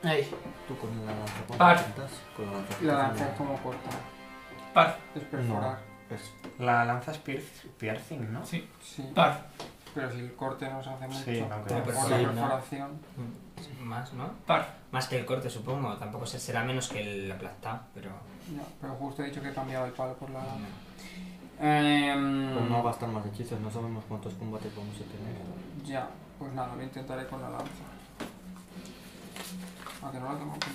A: Ahí.
B: Tú con la lanza. ¿cuánto
A: Par.
B: intentas? Con la lanza.
E: La lanza es como corta.
A: Par.
E: Es perforar.
B: Es-
C: La lanza es pier- piercing, ¿no?
A: Sí.
E: Sí.
B: Ah.
A: Par.
E: Pero si el corte no se hace mucho.
C: Sí, no creo.
E: Por
D: Sí,
E: la
D: no.
E: perforación.
D: Mm, Más, ¿no?
A: Par.
D: Más que el corte, supongo. Tampoco se- será menos que el aplastado, pero.
E: No, pero justo he dicho que he cambiado el palo por la lanza.
D: no.
B: Pero
E: Em,
B: Pues no gastan más hechizos, no sabemos cuántos combates vamos a tener.
E: Ya, pues nada, lo intentaré con la lanza. A que no la tengo apuntada.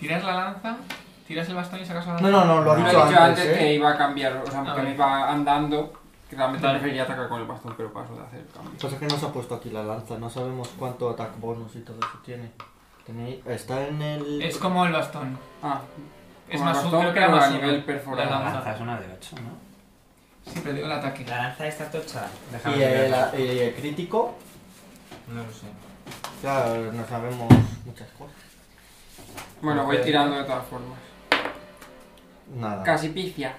A: Tiras la lanza, tiras el bastón y sacas la lanza.
B: No, no, no, lo ha
E: He
B: dicho
E: dicho antes,
B: antes,
E: que
B: ¿eh?
E: iba a cambiar, o sea,
A: Ah,
E: que
A: vale.
E: me iba andando, que realmente
A: Vale.
E: prefería atacar con el bastón, pero paso de hacer el cambio.
B: Pues es que no se ha puesto aquí la lanza, no sabemos cuánto attack bonus y todo eso tiene. Tenéis- Está en el...
A: Es como el bastón.
E: Ah,
A: Es
E: Como
A: más
E: el
A: un,
E: bastón,
A: creo que era
E: pero
A: más
E: a
A: uno,
E: nivel
A: La
E: perforado.
C: La
A: lanza.
C: lanza es una de 8, ¿no?
A: Sí, pero digo el ataque.
D: ¿La lanza esta tocha?
C: Déjame
B: Y el,
C: ver.
B: y el crítico,
D: No lo sé.
B: claro, no sabemos muchas cosas.
E: bueno, voy
A: Pero-
E: tirando de todas formas.
B: Nada.
E: Casi picia.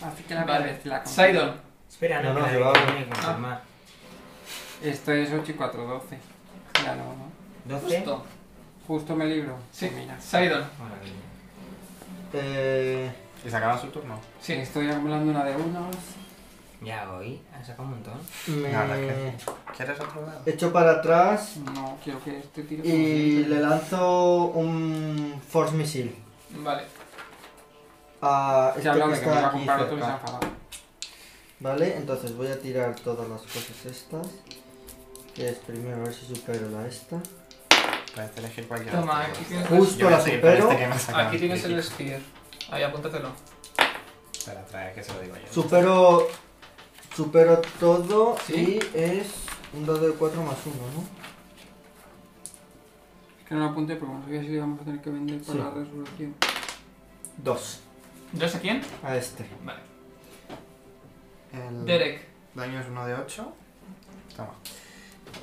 E: Así que la
A: Vale.
E: verdad es la compro.
A: Sidon.
D: Espera, no,
B: No, no,
D: que
B: se
D: la
B: va a
D: tengo
B: ver.
D: que confirmar.
E: Esto es 8 y 4, 12. Ya no, ¿no?
D: 12.
A: Justo.
E: Justo me libro.
A: Sí.
E: Mira.
A: Sidon.
D: Maravilla.
B: Eh...
C: ¿Y se acaba su turno?
A: Sí.
E: Estoy acumulando una de unos.
D: Ya hoy, ha sacado un montón.
B: Me...
C: Nada, que- ¿Quieres otro dado?
B: Echo para atrás
E: No, quiero que este tire. como
B: y
E: siempre.
B: le lanzo un Force Missile.
A: Vale.
B: a
E: Se
B: este
E: habla
B: que
E: de que
B: está
E: me iba a
B: aquí
E: comprar otro y se ha
B: cerca.
E: enfadado.
B: Vale, entonces voy a tirar todas las cosas estas. Que es primero a ver si supero la esta.
C: Puedes elegir cualquiera.
A: Toma,
C: de estos
A: aquí
C: dos.
E: Pues
A: tienes,
B: Justo
C: Yo voy a
B: la
C: seguir por
B: supero.
C: este que me ha sacado
A: aquí tienes el
C: crítico.
A: spear. Ahí, apúntatelo.
C: Espera, trae, que se lo digo yo.
B: Supero. Supero todo
A: ¿Sí?
B: y es un dado de 4 más 1, ¿no?
E: Es que no lo apunté porque no sabía si lo íbamos a tener que vender para
B: Sí.
E: la resolución.
B: 2.
A: ¿Yo sé quién?
B: A este.
A: Vale.
C: El
A: Derek.
C: daño es uno de 8. Toma.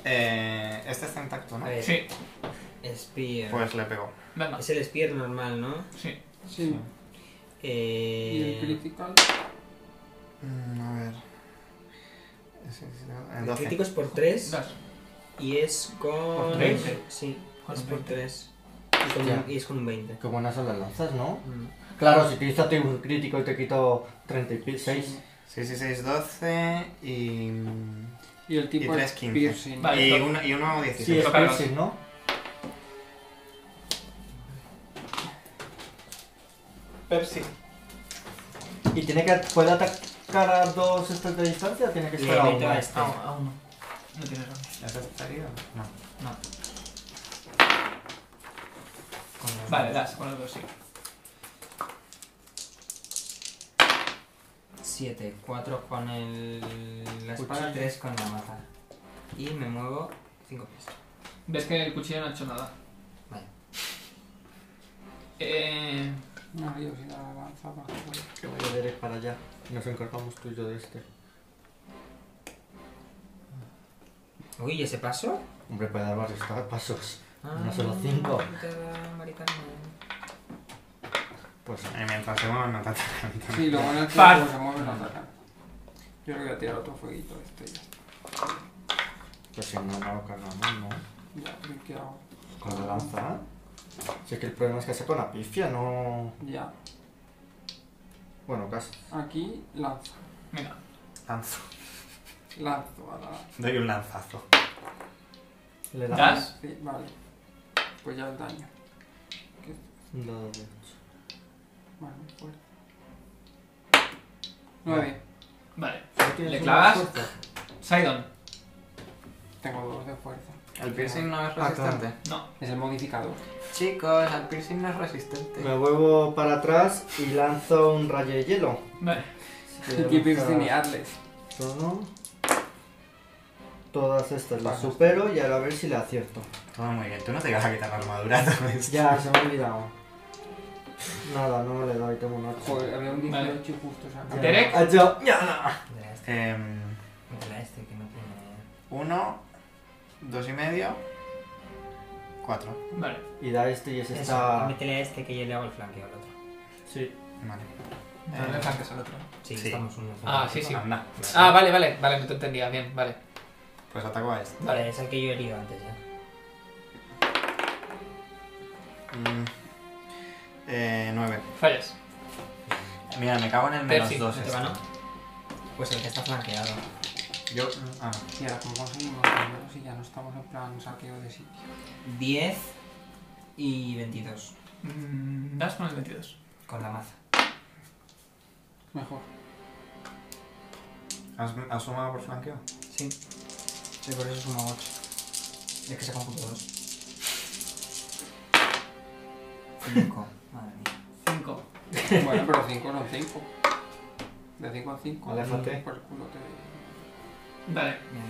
C: Eh, este está intacto, ¿no?
D: A ver,
A: Sí,
D: Spear.
C: Pues le pegó.
A: venga.
D: Es el Spear normal, ¿no?
A: Sí.
E: Sí. Y el
D: Eh...
E: critical.
C: Mm, a ver. Sí, sí, no, eh,
D: El
C: 12.
D: crítico es por 3
A: Dos.
D: y es con...
A: Por 20.
D: Sí,
A: Con
D: es
A: un
D: por
A: 20.
D: 3. Y, con
B: Ya.
D: un- y es con un 20.
B: Qué buenas son las lanzas, ¿no?
D: Mm.
B: Claro, si utilizo a un crítico y te quito 36.
C: 6, 6, 6, 12 y.
E: Y el tipo
C: Y tres,
E: es
C: 15.
E: piercing.
A: Vale.
C: y,
A: to-
C: uno, y uno
B: Sí,
C: 16.
B: es
A: Tócalo.
B: piercing, ¿no?
A: Percy.
B: ¿Y tiene que, puede atacar a dos estas de distancia o tiene que
D: Le
B: esperar a
D: meto a
B: una?
D: este.
A: Aún, aún no. ah, No tienes rango.
C: ¿Has salido? No.
A: No.
C: Con los
A: Vale,
C: dos.
A: das, con los dos sí.
D: 7, 4 con el... la espada,
B: Cuchillo.
D: 3 con la maza. Y me muevo 5 pies.
A: Ves que el cuchillo no ha hecho nada.
D: Vale.
A: Eh,
E: No, yo sí la avanzaba.
B: Que voy a Derek para allá. Nos encargamos tú y yo de este.
D: Uy, ¿y ese paso?
B: Hombre, puede dar varios ta- pasos.
D: Ah,
B: No solo cinco.
D: puta maricarmen.
B: Pues
C: Eh, mientras se muevan, no te atacan.
E: Sí, luego en el tiempo
A: Par.
E: se mueve y lo atacan. Yo le voy a tirar otro fueguito a este ya.
B: Pues si no, no lo cargamos, ¿no?
E: Ya, a ver ¿qué hago?
B: Con la lanza. Si es que el problema es que hace con la pifia, no.
E: Ya.
B: Bueno, casi.
E: Aquí lanzo.
A: mira.
C: Lanzo.
E: Lanzo a la.
C: Doy un lanzazo.
B: Le
A: ¿Das?
E: Sí, vale. Pues ya el daño. Que es
B: Un dado de ocho.
E: más muy fuerte. 9.
A: Vale.
B: ¿No tienes
A: ¿Le
B: un
A: clavas?
B: más fuerte?
A: Sidon.
E: Tengo dos de fuerza.
C: ¿El piercing no es
B: Ah,
C: resistente?
A: No.
E: Es el modificador.
C: Chicos, el piercing no es resistente.
B: Me vuelvo para atrás y lanzo un rayo de hielo.
A: Vale.
B: Así que
E: Y que
B: lanza
E: piercing y Atlas.
B: todo. Todas estas las supero y ahora a ver si le acierto.
C: Todo muy bien. Tú no te ibas a quitar la armadura, ¿no?
B: Ya, se me ha olvidado. Nada, no le doy, tengo un 8.
E: Joder, había un
A: Vale.
E: 18 justo sacado.
A: Derek.
B: Ah, Yo.
D: Métela a este,
C: Em,
D: métela a este que no tiene...
C: uno, dos y medio, cuatro.
A: Vale.
B: Y da este y es
D: Eso,
B: esta.
D: métele a este que yo le hago el flanqueo al otro.
B: Sí.
C: Vale. pues
A: No le flanques al otro.
D: Sí,
C: Sí.
D: estamos uno.
A: Ah, sí, sí.
C: Anda.
A: Ah, vale, vale. Vale, no te entendía. Bien, vale.
C: Pues ataco a este.
D: Vale, es el que yo he herido antes ya.
C: Mm, eh, nueve.
A: Fallas.
C: Mira, me cago en el menos
A: Piercing,
C: dos.
D: ¿No te
C: este.
D: va, no? Pues el que está flanqueado.
C: Yo. Ah,
E: Y ahora como conseguimos números y ya no estamos en plan saqueo de sitio.
D: 10 y 22
A: Mm, das con el 22.
D: con la maza.
E: Mejor.
C: ¿has, has sumado por flanqueo?
D: Sí. Sí, por eso es 1 8. Es que se conjuntó 2. 5. Madre mía.
A: 5.
E: Bueno, pero 5 no 5. De 5 a 5.
B: Aléjate.
E: Por el culo te...
A: Vale.
D: Mira.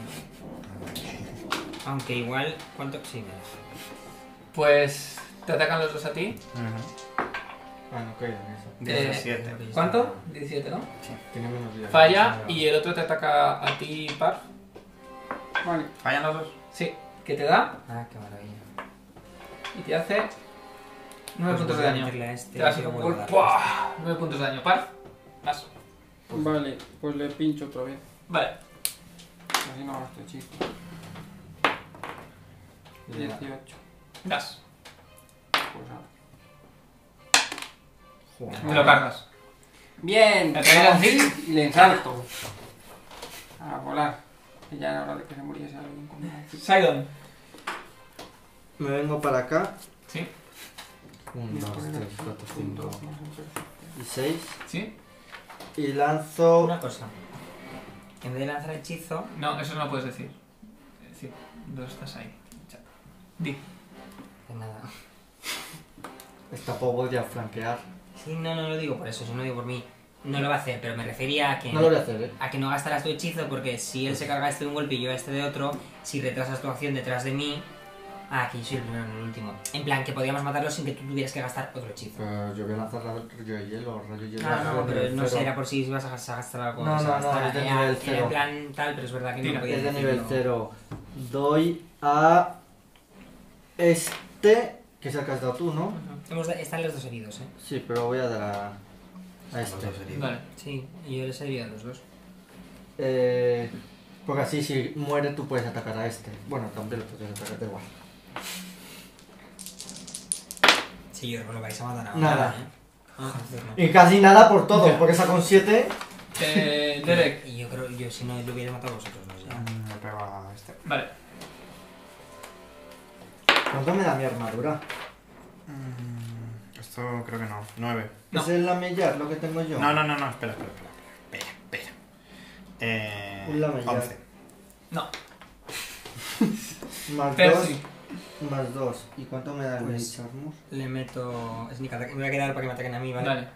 D: Aunque igual, ¿cuánto? Sí, mira.
A: Pues te atacan los dos a ti.
B: Ah, no caigo en eso.
D: Eh,
C: Diecisiete.
A: ¿Cuánto? 17, ¿no?
B: Tiene menos vida.
A: Falla y el otro te ataca a ti, Parf.
E: Vale.
C: ¿Fallan los dos?
A: Sí. Que te da
D: Ah, qué maravilla.
A: y te hace 9
D: Pues
A: puntos de
D: voy a
A: daño.
D: meterle a este
A: Te das
D: y
A: un
D: luego
A: gol.
D: le daré a este.
A: ¡Puah! 9 puntos de daño, Parf. Vas.
E: Vale, pues le pincho otra vez.
A: Vale.
E: Así no este gasto chico. 18.
A: Das.
E: Pues nada.
D: Ah.
B: Joder.
A: Te lo cargas.
E: Bien.
A: ¿Me traes así?
E: Y le ensarto. A volar. Que ya era hora de que se muriese alguien con una chica.
A: Sidon.
B: Me vengo para acá.
A: Sí.
B: 1, 2, 3, 4, 5.
E: Dos, no sé, perfecto.
B: y 6.
A: ¿Sí?
B: Y lanzo.
D: Una cosa. En vez de lanzar hechizo,
A: No, eso no lo puedes decir. Es decir, no estás ahí. Ya. Di.
D: pues nada.
B: Esta puedo voy a flanquear.
D: Sí, no, no lo digo por eso, si no lo digo por mí. No lo va a hacer, pero me refería a que.
B: No lo voy a hacer, eh.
D: a que no gastarás tu hechizo, porque si él se carga este de un golpe y yo este de otro, si retrasas tu acción detrás de mí. Ah, aquí yo soy el primero en el último. En plan, que podíamos matarlo sin que tú tuvieras que gastar otro hechizo.
B: Pero yo voy a lanzar la rayo de hielo, rayo de hielo.
D: Ah, no,
B: es
D: pero
B: nivel
D: no sé,
B: cero.
D: era por si ibas a gas- a gastar algo.
B: No,
D: vas a
B: no, no,
D: gastar,
B: es de
D: era-
B: nivel
D: Era
B: cero.
D: en plan tal, pero es verdad que
A: Tira,
D: no podía
B: Es de
D: decirlo.
B: nivel 0. Doy a. Este. Que es el que has dado tú, ¿no?
D: Hemos da- Están los dos heridos, ¿eh?
B: Sí, pero voy a dar a. A
C: Los pues dos
B: este.
C: heridos.
A: Vale.
D: Sí, y yo les he herido a los dos.
B: Eh, porque así, si muere, tú puedes atacar a este. Bueno, también lo puedes atacar, da igual.
D: Ah. Sí, yo creo que lo vais a matar ahora.
B: Nada.
D: ¿eh? Ah, entonces no.
B: Y casi nada por todo, porque está con 7.
A: Eh, Derek.
D: Y yo creo, yo si no, lo hubiera matado a vosotros dos ¿eh? ya.
C: Mm, Le pego a este.
A: Vale.
B: ¿Cuánto pues me da mi armadura?
C: Mm, Esto creo que no. 9.
A: No.
B: ¿Es el lamellar lo que tengo yo?
C: No, no, no, no. Espera, espera, espera. Espera, espera. Eh,
B: Un lamellar.
C: 11.
A: No.
B: Más
A: Percy.
B: 2. Más 2. ¿Y cuánto me da el
D: Pues-
B: Mage Armor?
D: Le meto sneak attack. Me voy a quedar para que me ataquen a mí, ¿vale?
A: Vale.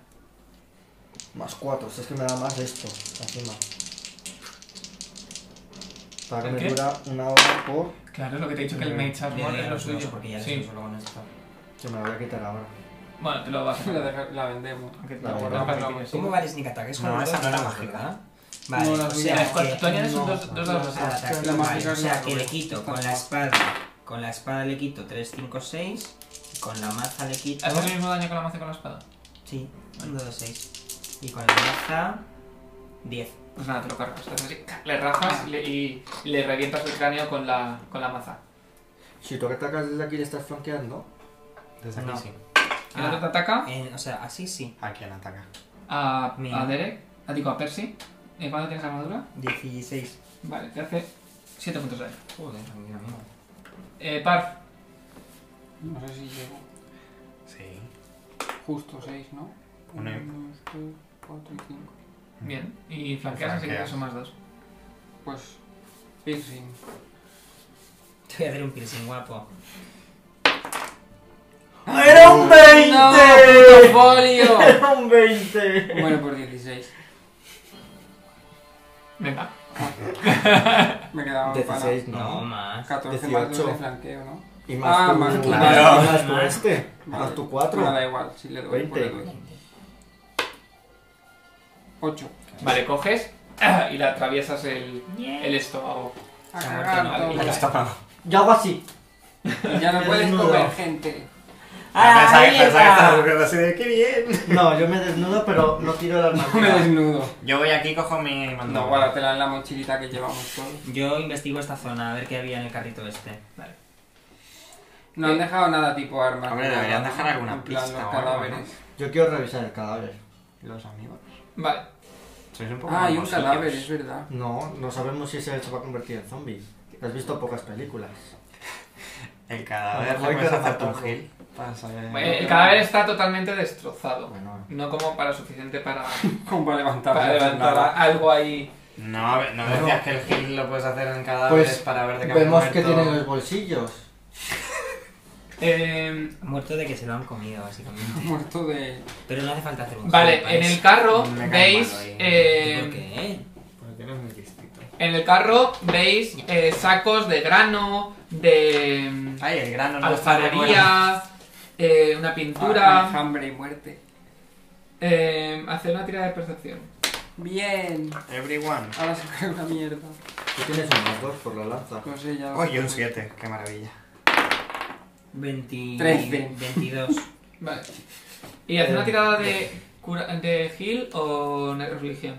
B: Más 4, si es que me da más esto, encima. Para que
A: ¿El
B: me
A: qué?
B: dura una hora por.
A: Claro, es lo que te he dicho que el Mage
D: Le
A: Armor
D: doy
A: es
D: a
A: lo
D: los dos,
A: suyo.
D: Porque ya les
A: Sí.
D: uso luego en esto.
B: Que me la voy a quitar ahora.
A: Bueno, te lo vas a
E: La,
A: hacer.
E: deja- la vendemos.
A: Aunque te
B: La
A: lo
B: verdad,
A: guardas para
E: la
A: que quieras.
E: verdad.
D: ¿Cómo vale sneak attack? Es con
C: No,
D: los
C: esa
D: dos
C: no era
D: dados,
C: mágica.
D: ¿verdad? Vale,
E: No, la
D: o
E: suya
D: sea,
E: es
A: con- tú añades un
D: no,
A: dos- dos dados
D: no,
A: más.
D: al ataque, vale,
E: La mágica
D: O
E: es
D: sea,
E: la
D: que le
E: rueda.
D: quito con la espada. Con la espada le quito 3, 5, 6. Con la maza le quito.
A: ¿Haces el mismo daño con la maza y con la espada?
D: Sí, 1, 2, 6. Y con la maza. 10.
A: Pues nada, te lo cargas. Haces así, le rajas y le- y le revientas el cráneo con la, con la maza.
B: Si tú que atacas desde aquí le estás flanqueando.
C: Desde aquí
D: No.
C: sí.
A: El otro te ataca
D: Eh, o sea, así sí.
C: ¿A Ah, quién ataca?
A: a,
D: Mira.
A: a Derek, a, digo, a Percy. ¿Y cuánto tienes armadura?
D: 16.
A: Vale, te hace 7 puntos de daño.
D: Joder, mira, mira.
A: Eh, Parf,
E: No sé si llego.
C: Sí.
E: Justo 6, ¿no?
C: Uno y-
E: 3, 4 y 5.
A: bien. Y flanqueas, así que
C: Flanqueas.
A: son más dos.
E: Pues. Piercing.
D: Te voy a hacer un piercing guapo.
B: ¡Era un 20!
E: folio!
B: ¡Era un 20!
E: Bueno, por 16.
A: Venga.
E: Me quedaba un palo.
B: 16,
D: No,
B: no.
D: más.
E: 14 más 2 de
B: 18.
E: flanqueo, ¿no?
B: Y
E: Ah,
B: más
E: más
B: tu-
E: tu-
B: más-
D: más-
B: más tu este. Más tu 4.
E: Nada, da igual, si le doy, pues le
B: 20.
E: doy. 8.
A: Vale, coges y le atraviesas el, el estómago.
C: Ah,
E: A
D: Se ha muerto,
E: cagar
D: ¿no?
E: todo.
A: Y la-
B: Yo hago así.
E: Y ya no
B: Me
E: puedes
B: desnudo.
E: comer gente.
D: ¡Ah, ahí
C: Pensaba
D: está!
C: que así de ¡Qué bien!
B: No, yo me desnudo, pero no tiro la
E: Me
B: armadura.
E: desnudo.
C: Yo voy aquí, cojo mi
E: No,
C: mandado.
E: guárdatela en la mochilita que llevamos todos.
D: Yo investigo esta zona, a ver qué había en el carrito este.
E: No han dejado nada tipo armas.
C: Hombre,
E: ni nada,
C: deberían
E: ¿no?
C: dejar alguna
E: En plan,
C: pista
E: los
C: o algo,
E: cadáveres.
B: Yo quiero revisar el cadáver.
C: Los amigos.
A: Vale,
C: Sois un poco
E: Ah, hay un
C: mamosillos.
E: cadáver, es verdad.
B: No, no sabemos si ese se va a convertir en zombie. Has visto pocas películas.
C: El
B: A lo
C: cadáver
B: mejor
C: le
B: hay que
C: puedes hacerte un
B: rematarlo.
C: gil. Para saber.
A: Eh, el cadáver está totalmente destrozado.
B: Bueno,
A: No como para suficiente para,
E: Como para levantar
A: para levantar a- algo ahí.
C: No, a ver, no decías que el gil lo puedes hacer en cadáveres
B: pues
C: para ver de qué han
B: vemos que
C: muerto?
B: tiene los bolsillos.
A: Eh,
D: Muerto de que se lo han comido, básicamente.
E: Muerto de.
D: Pero no hace falta hacer un
A: vale,
D: giro para
A: en el
D: eso.
A: carro
C: pues, Me cae
A: veis.
C: mal ahí.
A: eh,
D: ¿Por qué?
C: Porque eres muy distinto.
A: en el carro veis eh, sacos de grano, de. em,
C: Ay, el grano no está
A: alfarería, eh, una
E: Ah,
A: pintura.
E: Hambre y muerte.
A: Eh, hacer una tira de percepción.
E: Bien.
C: Everyone.
E: Ahora se cae una mierda.
B: Tú tienes un más dos por la lanza.
E: No sé, ya. lo
C: Oye,
E: sé.
C: un 7, qué maravilla.
D: 20...
E: Trece.
D: 22.
A: Vale. ¿Y hacer una tirada de, cura, de heal o ne- religión?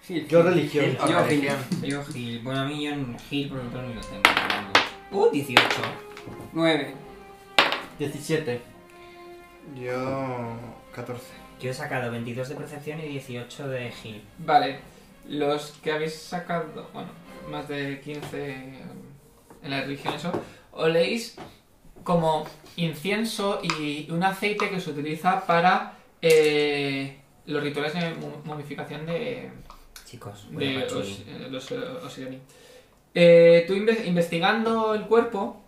E: Sí,
B: Yo
E: sí.
B: religión.
C: Gil o
E: Yo
C: religión.
D: Yo Gil. Bueno, a mí yo en Gil, por ejemplo, ni lo tengo. Uh, 18.
E: Nueve.
B: 17.
C: Yo. 14.
D: Yo he sacado 22 de percepción y 18 de Gil.
A: Vale. Los que habéis sacado, bueno, más de 15 en la religión, eso, oléis como incienso y un aceite que se utiliza para eh, los rituales de mu- momificación de,
D: Chicos,
A: de
D: bueno,
A: los,
D: Pachuli.
A: eh, los, eh, Osiriani. Eh, tú inve- investigando el cuerpo.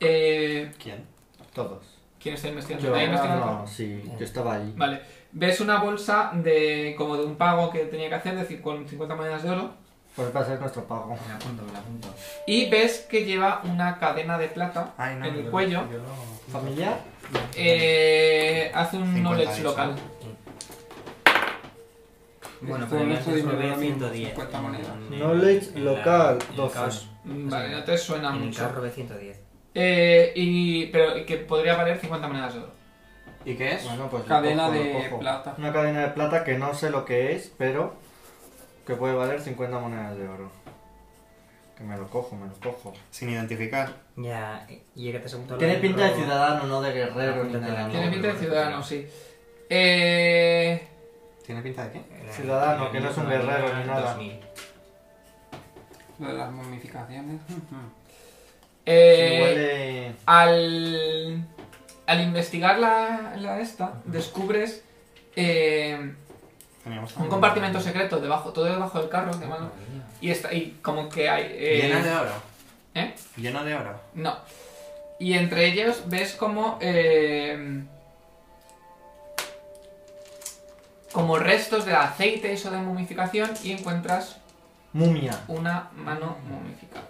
A: eh,
C: ¿Quién?
B: Todos.
A: ¿Quién está investigando?
B: Yo, ah,
A: ¿Nadie investiga el cuerpo?
B: no, sí, yo estaba ahí.
A: Vale. Ves una bolsa de como de un pago que tenía que hacer de cin- con 50 monedas de oro.
B: Pues va a ser nuestro pago.
D: Me la apunto, me la apunto.
A: Y ves que lleva una cadena de plata
C: Ay,
A: en el cuello.
B: ¿Familiar?
A: Eh, hace un
C: 50
A: knowledge
C: eso.
A: local.
D: Bueno,
E: Con
D: pero
E: esto
D: antes
E: dinero
D: me
E: ahora
D: voy a
E: mismo,
D: 110.
E: 50 monedas.
D: En- en
B: Knowledge
D: en la-
B: local,
D: en el
B: 12.
D: caos-
A: Mm, Vale, no te suena
D: En el
A: mucho.
D: carro de 110.
A: Eh, y, pero que podría valer 50 monedas de oro.
C: ¿Y qué es?
B: Bueno, pues lo
E: Cadena
B: cojo, lo
E: de
B: cojo.
E: plata.
B: Una cadena de plata que no sé lo que es, pero que puede valer 50 monedas de oro. Que me lo cojo, me lo cojo.
C: Sin identificar.
D: Ya, eh, y que te has apuntado
B: Tiene
D: al
B: pinta de
D: robo.
B: ciudadano, no de guerrero ni
D: Apúntatela.
B: nada.
A: Tiene
D: no,
A: pinta de
D: no,
A: ciudadano,
D: no.
A: sí. Eh,
C: ¿Tiene pinta de qué?
D: Eh,
B: Ciudadano, que no es un guerrero ni nada.
D: 2000.
E: Lo de las momificaciones.
A: eh,
B: Huele...
A: al, al investigar la, la esta, descubres eh,
C: Teníamos
A: un compartimento secreto debajo, todo debajo del carro, de mano. Y, está, y como que hay... eh,
C: Lleno de oro.
A: ¿Eh?
C: Lleno de oro.
A: No. Y entre ellos ves como. eh, como restos de aceites o de momificación y encuentras
B: Mumia.
A: una mano momificada.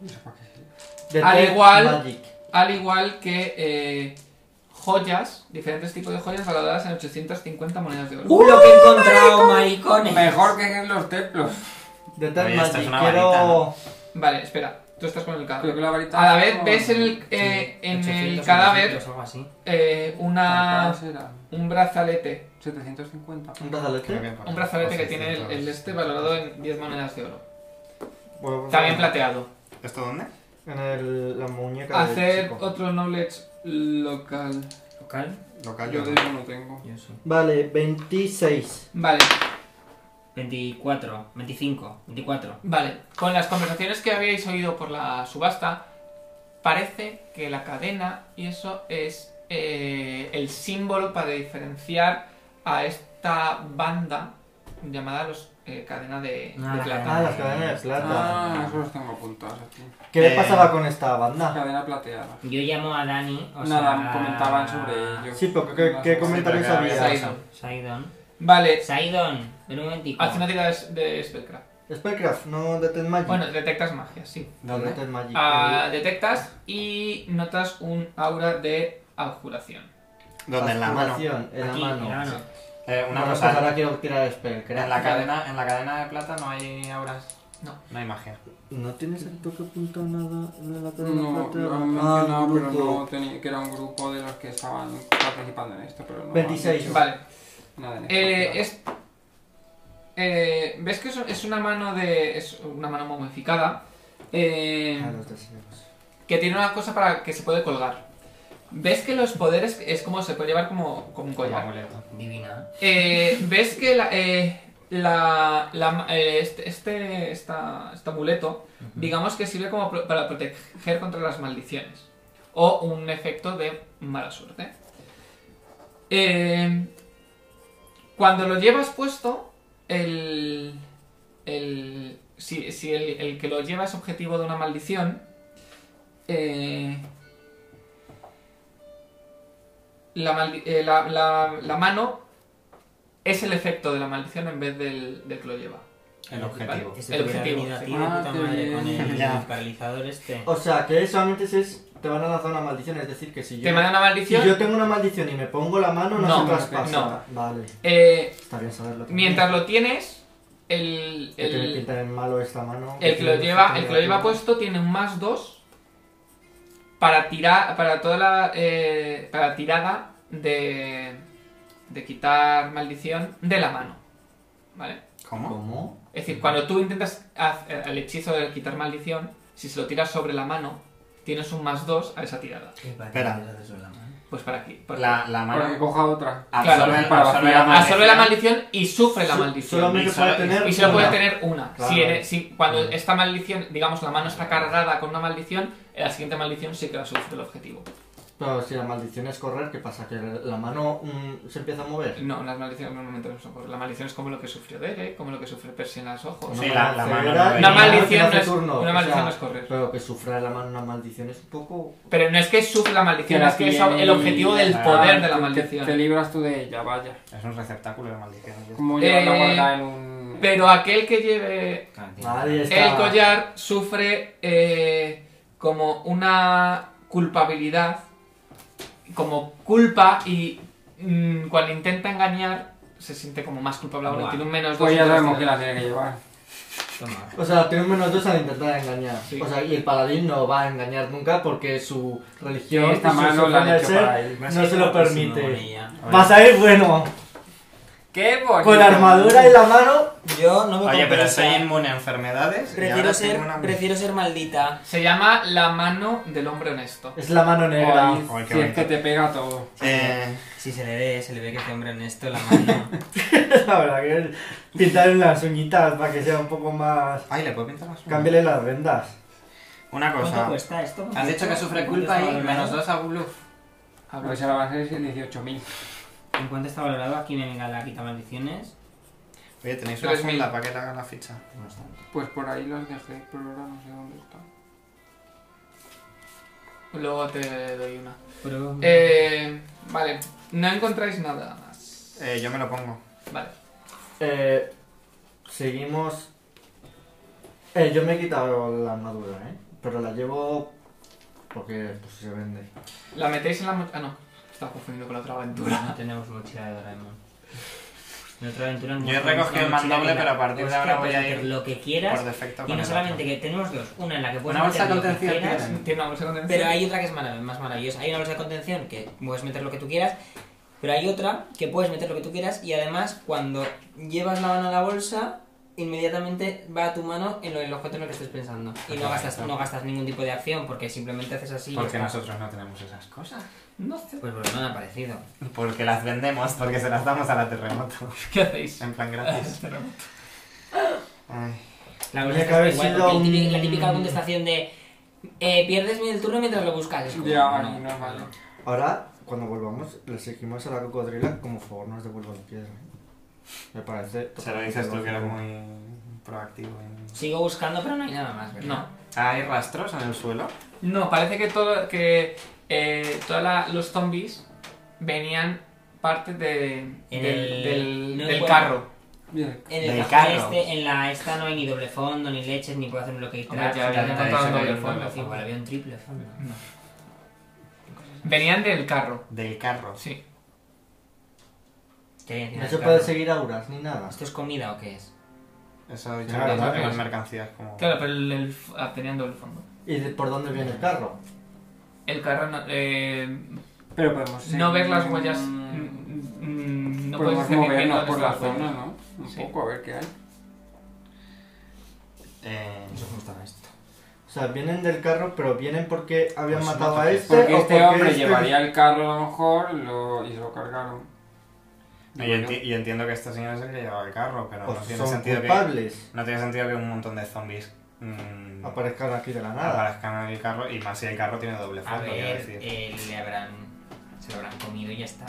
E: No sé para qué sirve.
A: Al
B: Detect
A: igual-
B: Magic.
A: Al igual que eh, joyas, diferentes tipos de joyas valoradas en 850 monedas de oro.
D: ¡Uh, lo que he encontrado, maricones!
E: Mejor que en los templos.
B: Detect
C: Oye, esta es
B: Magic.
C: una
B: Quiero...
C: varita,
A: Vale, espera, tú estás con el
E: Creo
A: carro.
E: que la varita.
A: A la vez ves en el, eh, en el
D: 800,
A: cadáver
D: 900, algo así.
A: eh, una,
E: ¿Cuántas eran?
A: un brazalete
E: 750.
B: Un brazalete.
C: Creo que Pues por-
A: Un brazalete que tiene el,
C: 600.
A: el este valorado en 10 monedas de oro.
B: Bueno, pues,
A: También
B: bueno,
A: plateado.
C: ¿Esto dónde?
B: En el- la muñeca del
A: Hacer
B: chico.
A: otro knowledge local.
D: Local,
C: Lo
E: Ah, Yo
C: callo.
E: de eso no tengo.
D: yo sí.
B: Vale, 26.
A: Vale,
D: 24, 25, 24.
A: vale. Con las conversaciones que habíais oído por la subasta, parece que la cadena y eso es eh, el símbolo para diferenciar a esta banda llamada los eh, cadena de,
D: Ah,
A: de
D: la
A: plata.
B: Ah, las cadenas de plata.
E: Ah, eso los tengo apuntados aquí.
B: ¿Qué le
C: Eh,
B: pasaba con esta banda?
E: Cadena plateada.
D: Yo llamo a Dani, o
E: Nada,
D: sea,
E: comentaban sobre ellos.
B: Sí, pero ¿qué, qué comentarios
C: Sí, pero
B: había?
C: cada vez-
A: Sidon.
D: Saidon.
A: Vale,
D: Saidon, ven un momentico.
A: haz una tirada de, de Spellcraft.
B: Spellcraft, no Detect Magic.
A: Bueno, detectas magia, sí.
C: ¿Dónde?
B: Detect Magic.
A: Ah, detectas y notas un aura de abjuración.
C: ¿Dónde? En la mano.
B: Fascinación, En la
D: Aquí, en la
B: mano.
D: mano.
C: Eh, una
B: Bueno, pues
C: cosa.
B: ahora quiero tirar
C: En
B: Spellcraft.
C: la, cadena, en la cadena de plata no hay auras.
A: No.
C: No hay magia.
B: ¿No tienes el toque apuntado nada en la cadena
E: No,
B: plata?
E: lo han
B: Ah,
E: mencionado, pero
B: grupo.
E: no tenía que era un grupo de los que estaban participando en esto, pero no. han
B: 26.
E: dicho
A: Vale.
E: Nada en
A: Eh,
E: esto.
A: es, eh, ¿Ves que es, es una mano de. es una mano momificada? eh,
B: Ah, los deseos.
A: que tiene una cosa para que se puede colgar. ¿Ves que los poderes es como se puede llevar como, como un
C: Como
A: collar?
C: amuleto.
D: Divina.
A: Eh, ¿Ves que la, eh, la- la- eh, este, este, esta- este amuleto, digamos que sirve como pro- para proteger contra las maldiciones o un efecto de mala suerte? Eh, cuando lo llevas puesto, el, el- si, si el, el que lo lleva es objetivo de una maldición, eh, la, maldi- eh, la- la- la mano es el efecto de la maldición en vez del, del que lo lleva.
C: El objetivo.
A: Vale.
D: Este
A: El
D: te hubiera
A: objetivo,
D: venido a
A: sí.
D: ti de
E: Ah,
D: puta
E: qué
D: madre
E: bien.
D: con el
C: Ya.
D: paralizador este.
B: O sea, que solamente si es, te van a lanzar una maldición, es decir, que si yo,
A: Te manda una
B: si
A: maldición.
B: yo tengo una maldición y me pongo la mano, no,
A: No,
B: se traspasa. Vale,
A: eh,
B: está bien saberlo. también.
A: mientras lo tienes, el,
B: Que tiene
A: el,
B: pinta de malo esta mano.
A: el que lo
B: tiene
A: lleva,
B: pinta
A: el
B: de
A: que lo lleva pues,
B: negativo.
A: puesto tiene un más 2 para tirar para toda la eh, para tirada de, de quitar maldición de la mano. ¿Vale?
C: ¿Cómo?
B: ¿Cómo?
A: Es decir, cuando tú intentas haz- eh, el hechizo de quitar maldición, si se lo tiras sobre la mano, tienes un más 2 a esa tirada.
C: Espera.
A: Pues para aquí. para-
C: La, la
E: Para que
C: mano.
E: coja otra.
A: Claro,
C: Absorbe,
E: para
C: absorbe
E: vaciar.
C: la
A: Absorbe la
C: maldición.
A: maldición y sufre la
B: Su-
A: maldición.
B: Solamente
C: Y
B: puede
C: solo-
B: tener.
A: Y solo puede
B: una.
A: tener una.
B: Claro.
A: Si, eres- si cuando esta eh, maldición, digamos, la mano está cargada con una maldición, la siguiente maldición sí que la sufre el objetivo.
B: Pero si la maldición es correr, ¿qué pasa? ¿Que la mano mm, se empieza a mover?
A: No, las maldiciones normalmente no son por- La maldición es como lo que sufrió Derek, como lo que sufre Percy en las ojos.
C: Sí, la- la mano no ve.
B: Una
A: Una
B: ceguera y
A: maldición
B: hace
A: no es-
B: turno,
A: una
B: o
A: maldición
B: sea,
A: no es correr.
B: Pero que sufra la mano una maldición es un poco...
A: Pero no es que sufre la maldición,
E: Que la
A: es que es el
E: tiene
A: objetivo
E: y-
A: del
C: Ah,
A: poder de la
E: Te- Te, te
A: maldición.
E: libras tú de ella, vaya.
C: Es un receptáculo de maldiciones.
E: Como llevar la
A: Eh,
E: guarda en un.
A: Pero aquel que lleve
B: Nadie está...
A: el collar sufre eh, como una culpabilidad, como culpa y mm, cuando intenta engañar se siente como más culpable, ahora,
D: Buah.
A: tiene un menos dos
E: Pues ya
A: en
E: sabemos que
A: capacidad.
E: la tiene que llevar.
D: Toma.
B: O sea, tiene un menos dos al intentar engañar.
A: Sí.
B: O sea, y el paladín no va a engañar nunca porque su religión
E: Sí, esta
B: y su-
E: mano
B: su
E: la han
B: forma de
E: hecho
B: ser
E: para él.
B: no se lo
E: pues,
B: permite. Vas
D: Pasa-
B: a ir bueno,
E: ¡Qué bonito!
B: con la armadura y la mano.
D: Yo no me
C: Oye, pero
D: compensa.
C: soy inmune a enfermedades. y
D: Prefiero
C: ahora
D: ser,
C: tengo una-
D: prefiero ser maldita.
A: Se llama la mano del hombre honesto.
B: Es la mano negra.
E: Ay,
C: Ay, qué
E: si es
C: bonito.
E: que te pega todo.
C: Eh,
D: Si se le ve, se le ve que este hombre honesto la mano.
B: la verdad que pintarle las uñitas para que sea un poco más...
C: Ay, ¿le puedo pintar más?
B: Cámbiale las vendas.
C: Una cosa.
D: cuesta esto?
C: Has dicho que sufre culpa y menos dos a Bluff.
E: A ver si la base es el 18.000.
D: ¿En cuánto está valorado aquí me venga la quita maldiciones?
C: Oye, tenéis una
A: Tres mil.
C: funda para que le hagan la ficha.
D: No está.
E: Pues por ahí los dejé, pero ahora no sé dónde está.
A: Luego te doy una.
D: Pero...
A: Eh, vale, no encontráis nada más.
C: Eh, yo me lo pongo.
A: Vale.
B: Eh, seguimos... Eh, yo me he quitado la armadura, ¿eh? Pero la llevo porque pues, se vende.
A: La metéis en la... mo- Ah, no. Estaba confundiendo con la otra aventura.
D: No tenemos mochila de Doraemon. Nuestra aventura no
C: Yo he
D: tenemos una
C: recogido el
D: mochila
C: mandoble,
D: que la-
C: pero a partir de
D: Hostia,
C: ahora
D: puedes
C: voy a
D: meter
C: ir
D: Lo que
C: Por
D: quieras.
C: defecto.
D: Y
C: con
D: no
C: el
D: solamente
C: otro.
D: que tenemos dos. Una en la que puedes
C: Una bolsa
D: meter
C: de
D: lo que
C: contención
D: quieras,
C: tienen.
A: Tiene una bolsa con tensión.
D: Pero hay otra que es marav- más maravillosa. Hay una bolsa de contención que puedes meter lo que tú quieras, pero hay otra que puedes meter lo que tú quieras y además cuando llevas la mano a la bolsa, inmediatamente va a tu mano en lo- el objeto en lo que estés pensando. Y no gastas, no gastas ningún tipo de acción porque simplemente haces así. y ya
C: Porque
D: está.
C: nosotros no tenemos esas cosas.
A: No sé.
D: Pues porque no han aparecido.
C: Porque las vendemos, porque se las damos a la terremoto.
A: ¿Qué hacéis?
C: En plan gratis. Ay.
D: La
B: Tenía
D: bolsa
B: que haber
D: está igual,
B: sido
D: porque el típico-
B: un-
D: la típica contestación de eh, pierdes el turno mientras lo buscas. Es como,
E: Ya, no, no vale.
B: Ahora, cuando volvamos, le seguimos a la cocodrila como favor nos devuelva la piedra. Me parece...
C: Se lo dices tú que eres muy proactivo. en-
D: Sigo buscando, pero no hay nada más, ¿verdad?
A: No.
C: Ah, ¿Hay rastros en el suelo?
A: No, parece que todo que eh, todos los zombies venían parte de,
D: En
A: del,
D: el-
A: del-
D: no
A: del
D: encuentro.
A: carro.
E: Bien.
D: En el
C: Del
D: cajón
C: carro.
D: este, en la esta no hay ni doble fondo, ni leches, ni puedo hacer un locate
A: Hombre,
D: track.
A: ya había
D: ni
A: encontrado
D: nada.
A: un doble
D: Había un
A: fondo.
D: fondo, igual había un triple fondo.
A: Venían del carro,
C: Del carro.
A: sí.
D: ¿Qué hay encima
B: No
D: del
B: se
D: carro?
B: puede seguir auras ni nada.
D: ¿Esto es comida o qué es?
C: Eso dicho
B: Claro,
C: que
B: claro.
C: tenemos mercancías como.
A: Claro, pero el, el- ah, tenían doble fondo.
B: ¿Y de- por dónde viene el carro?
A: El carro no, eh,
E: Pero podemos seguir-
A: no ver las huellas. mm, mm, no puedes
E: podemos
A: seguir viendo
E: movernos
A: dónde
E: por
A: están
E: la
A: las
E: zona,
A: huellas.
E: ¿no? Un
A: Sí.
E: poco, a ver qué hay.
C: Eh,
D: cómo estaba esto.
B: O sea, vienen del carro, pero vienen porque habían
C: Pues
B: matado
C: mata-
B: a este.
E: Porque
B: o
E: este hombre
B: este-
E: llevaría el carro a lo mejor lo- y se lo cargaron.
C: y, enti- y entiendo que este señor es el que llevaba el carro, pero
B: o
C: no tiene
B: Pues son
C: sentido que.
B: culpables.
C: No tiene sentido que un montón de zombies mm,
B: Aparezcan aquí de la nada.
C: aparezcan en el carro y más si el carro tiene doble
D: A
C: fondo, quiero
D: ver,
C: decir.
D: eh, le habrán... Se lo habrán comido y ya está.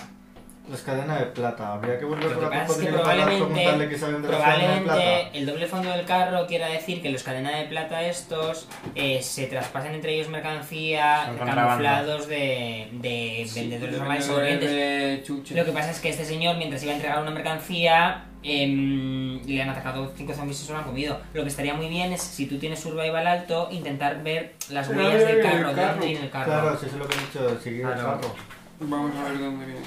B: Las cadenas de plata. Habría que volver
D: Lo que
B: con la
D: pasa es que
B: cocodrila para
D: probablemente-
B: preguntarle que saben de la cadena de plata.
D: Probablemente el doble fondo del carro quiera decir que los cadena de plata estos eh, se traspasan entre ellos mercancía
C: Son contrabando.
D: camuflados de, de vendedores normales o corrientes.
E: de chuches.
D: Lo que pasa es que este señor, mientras iba a entregar una mercancía, em, le han atacado cinco zombies y se lo han comido. Lo que estaría muy bien es, si tú tienes survival alto, intentar ver las
E: Pero
D: huellas
E: ahí
D: del
E: hay el
D: carro, de
E: carro.
D: dónde viene el carro. Ah,
B: Claro, si eso es lo que he dicho, seguir el
D: Claro.
B: carro.
E: Vamos a ver dónde viene.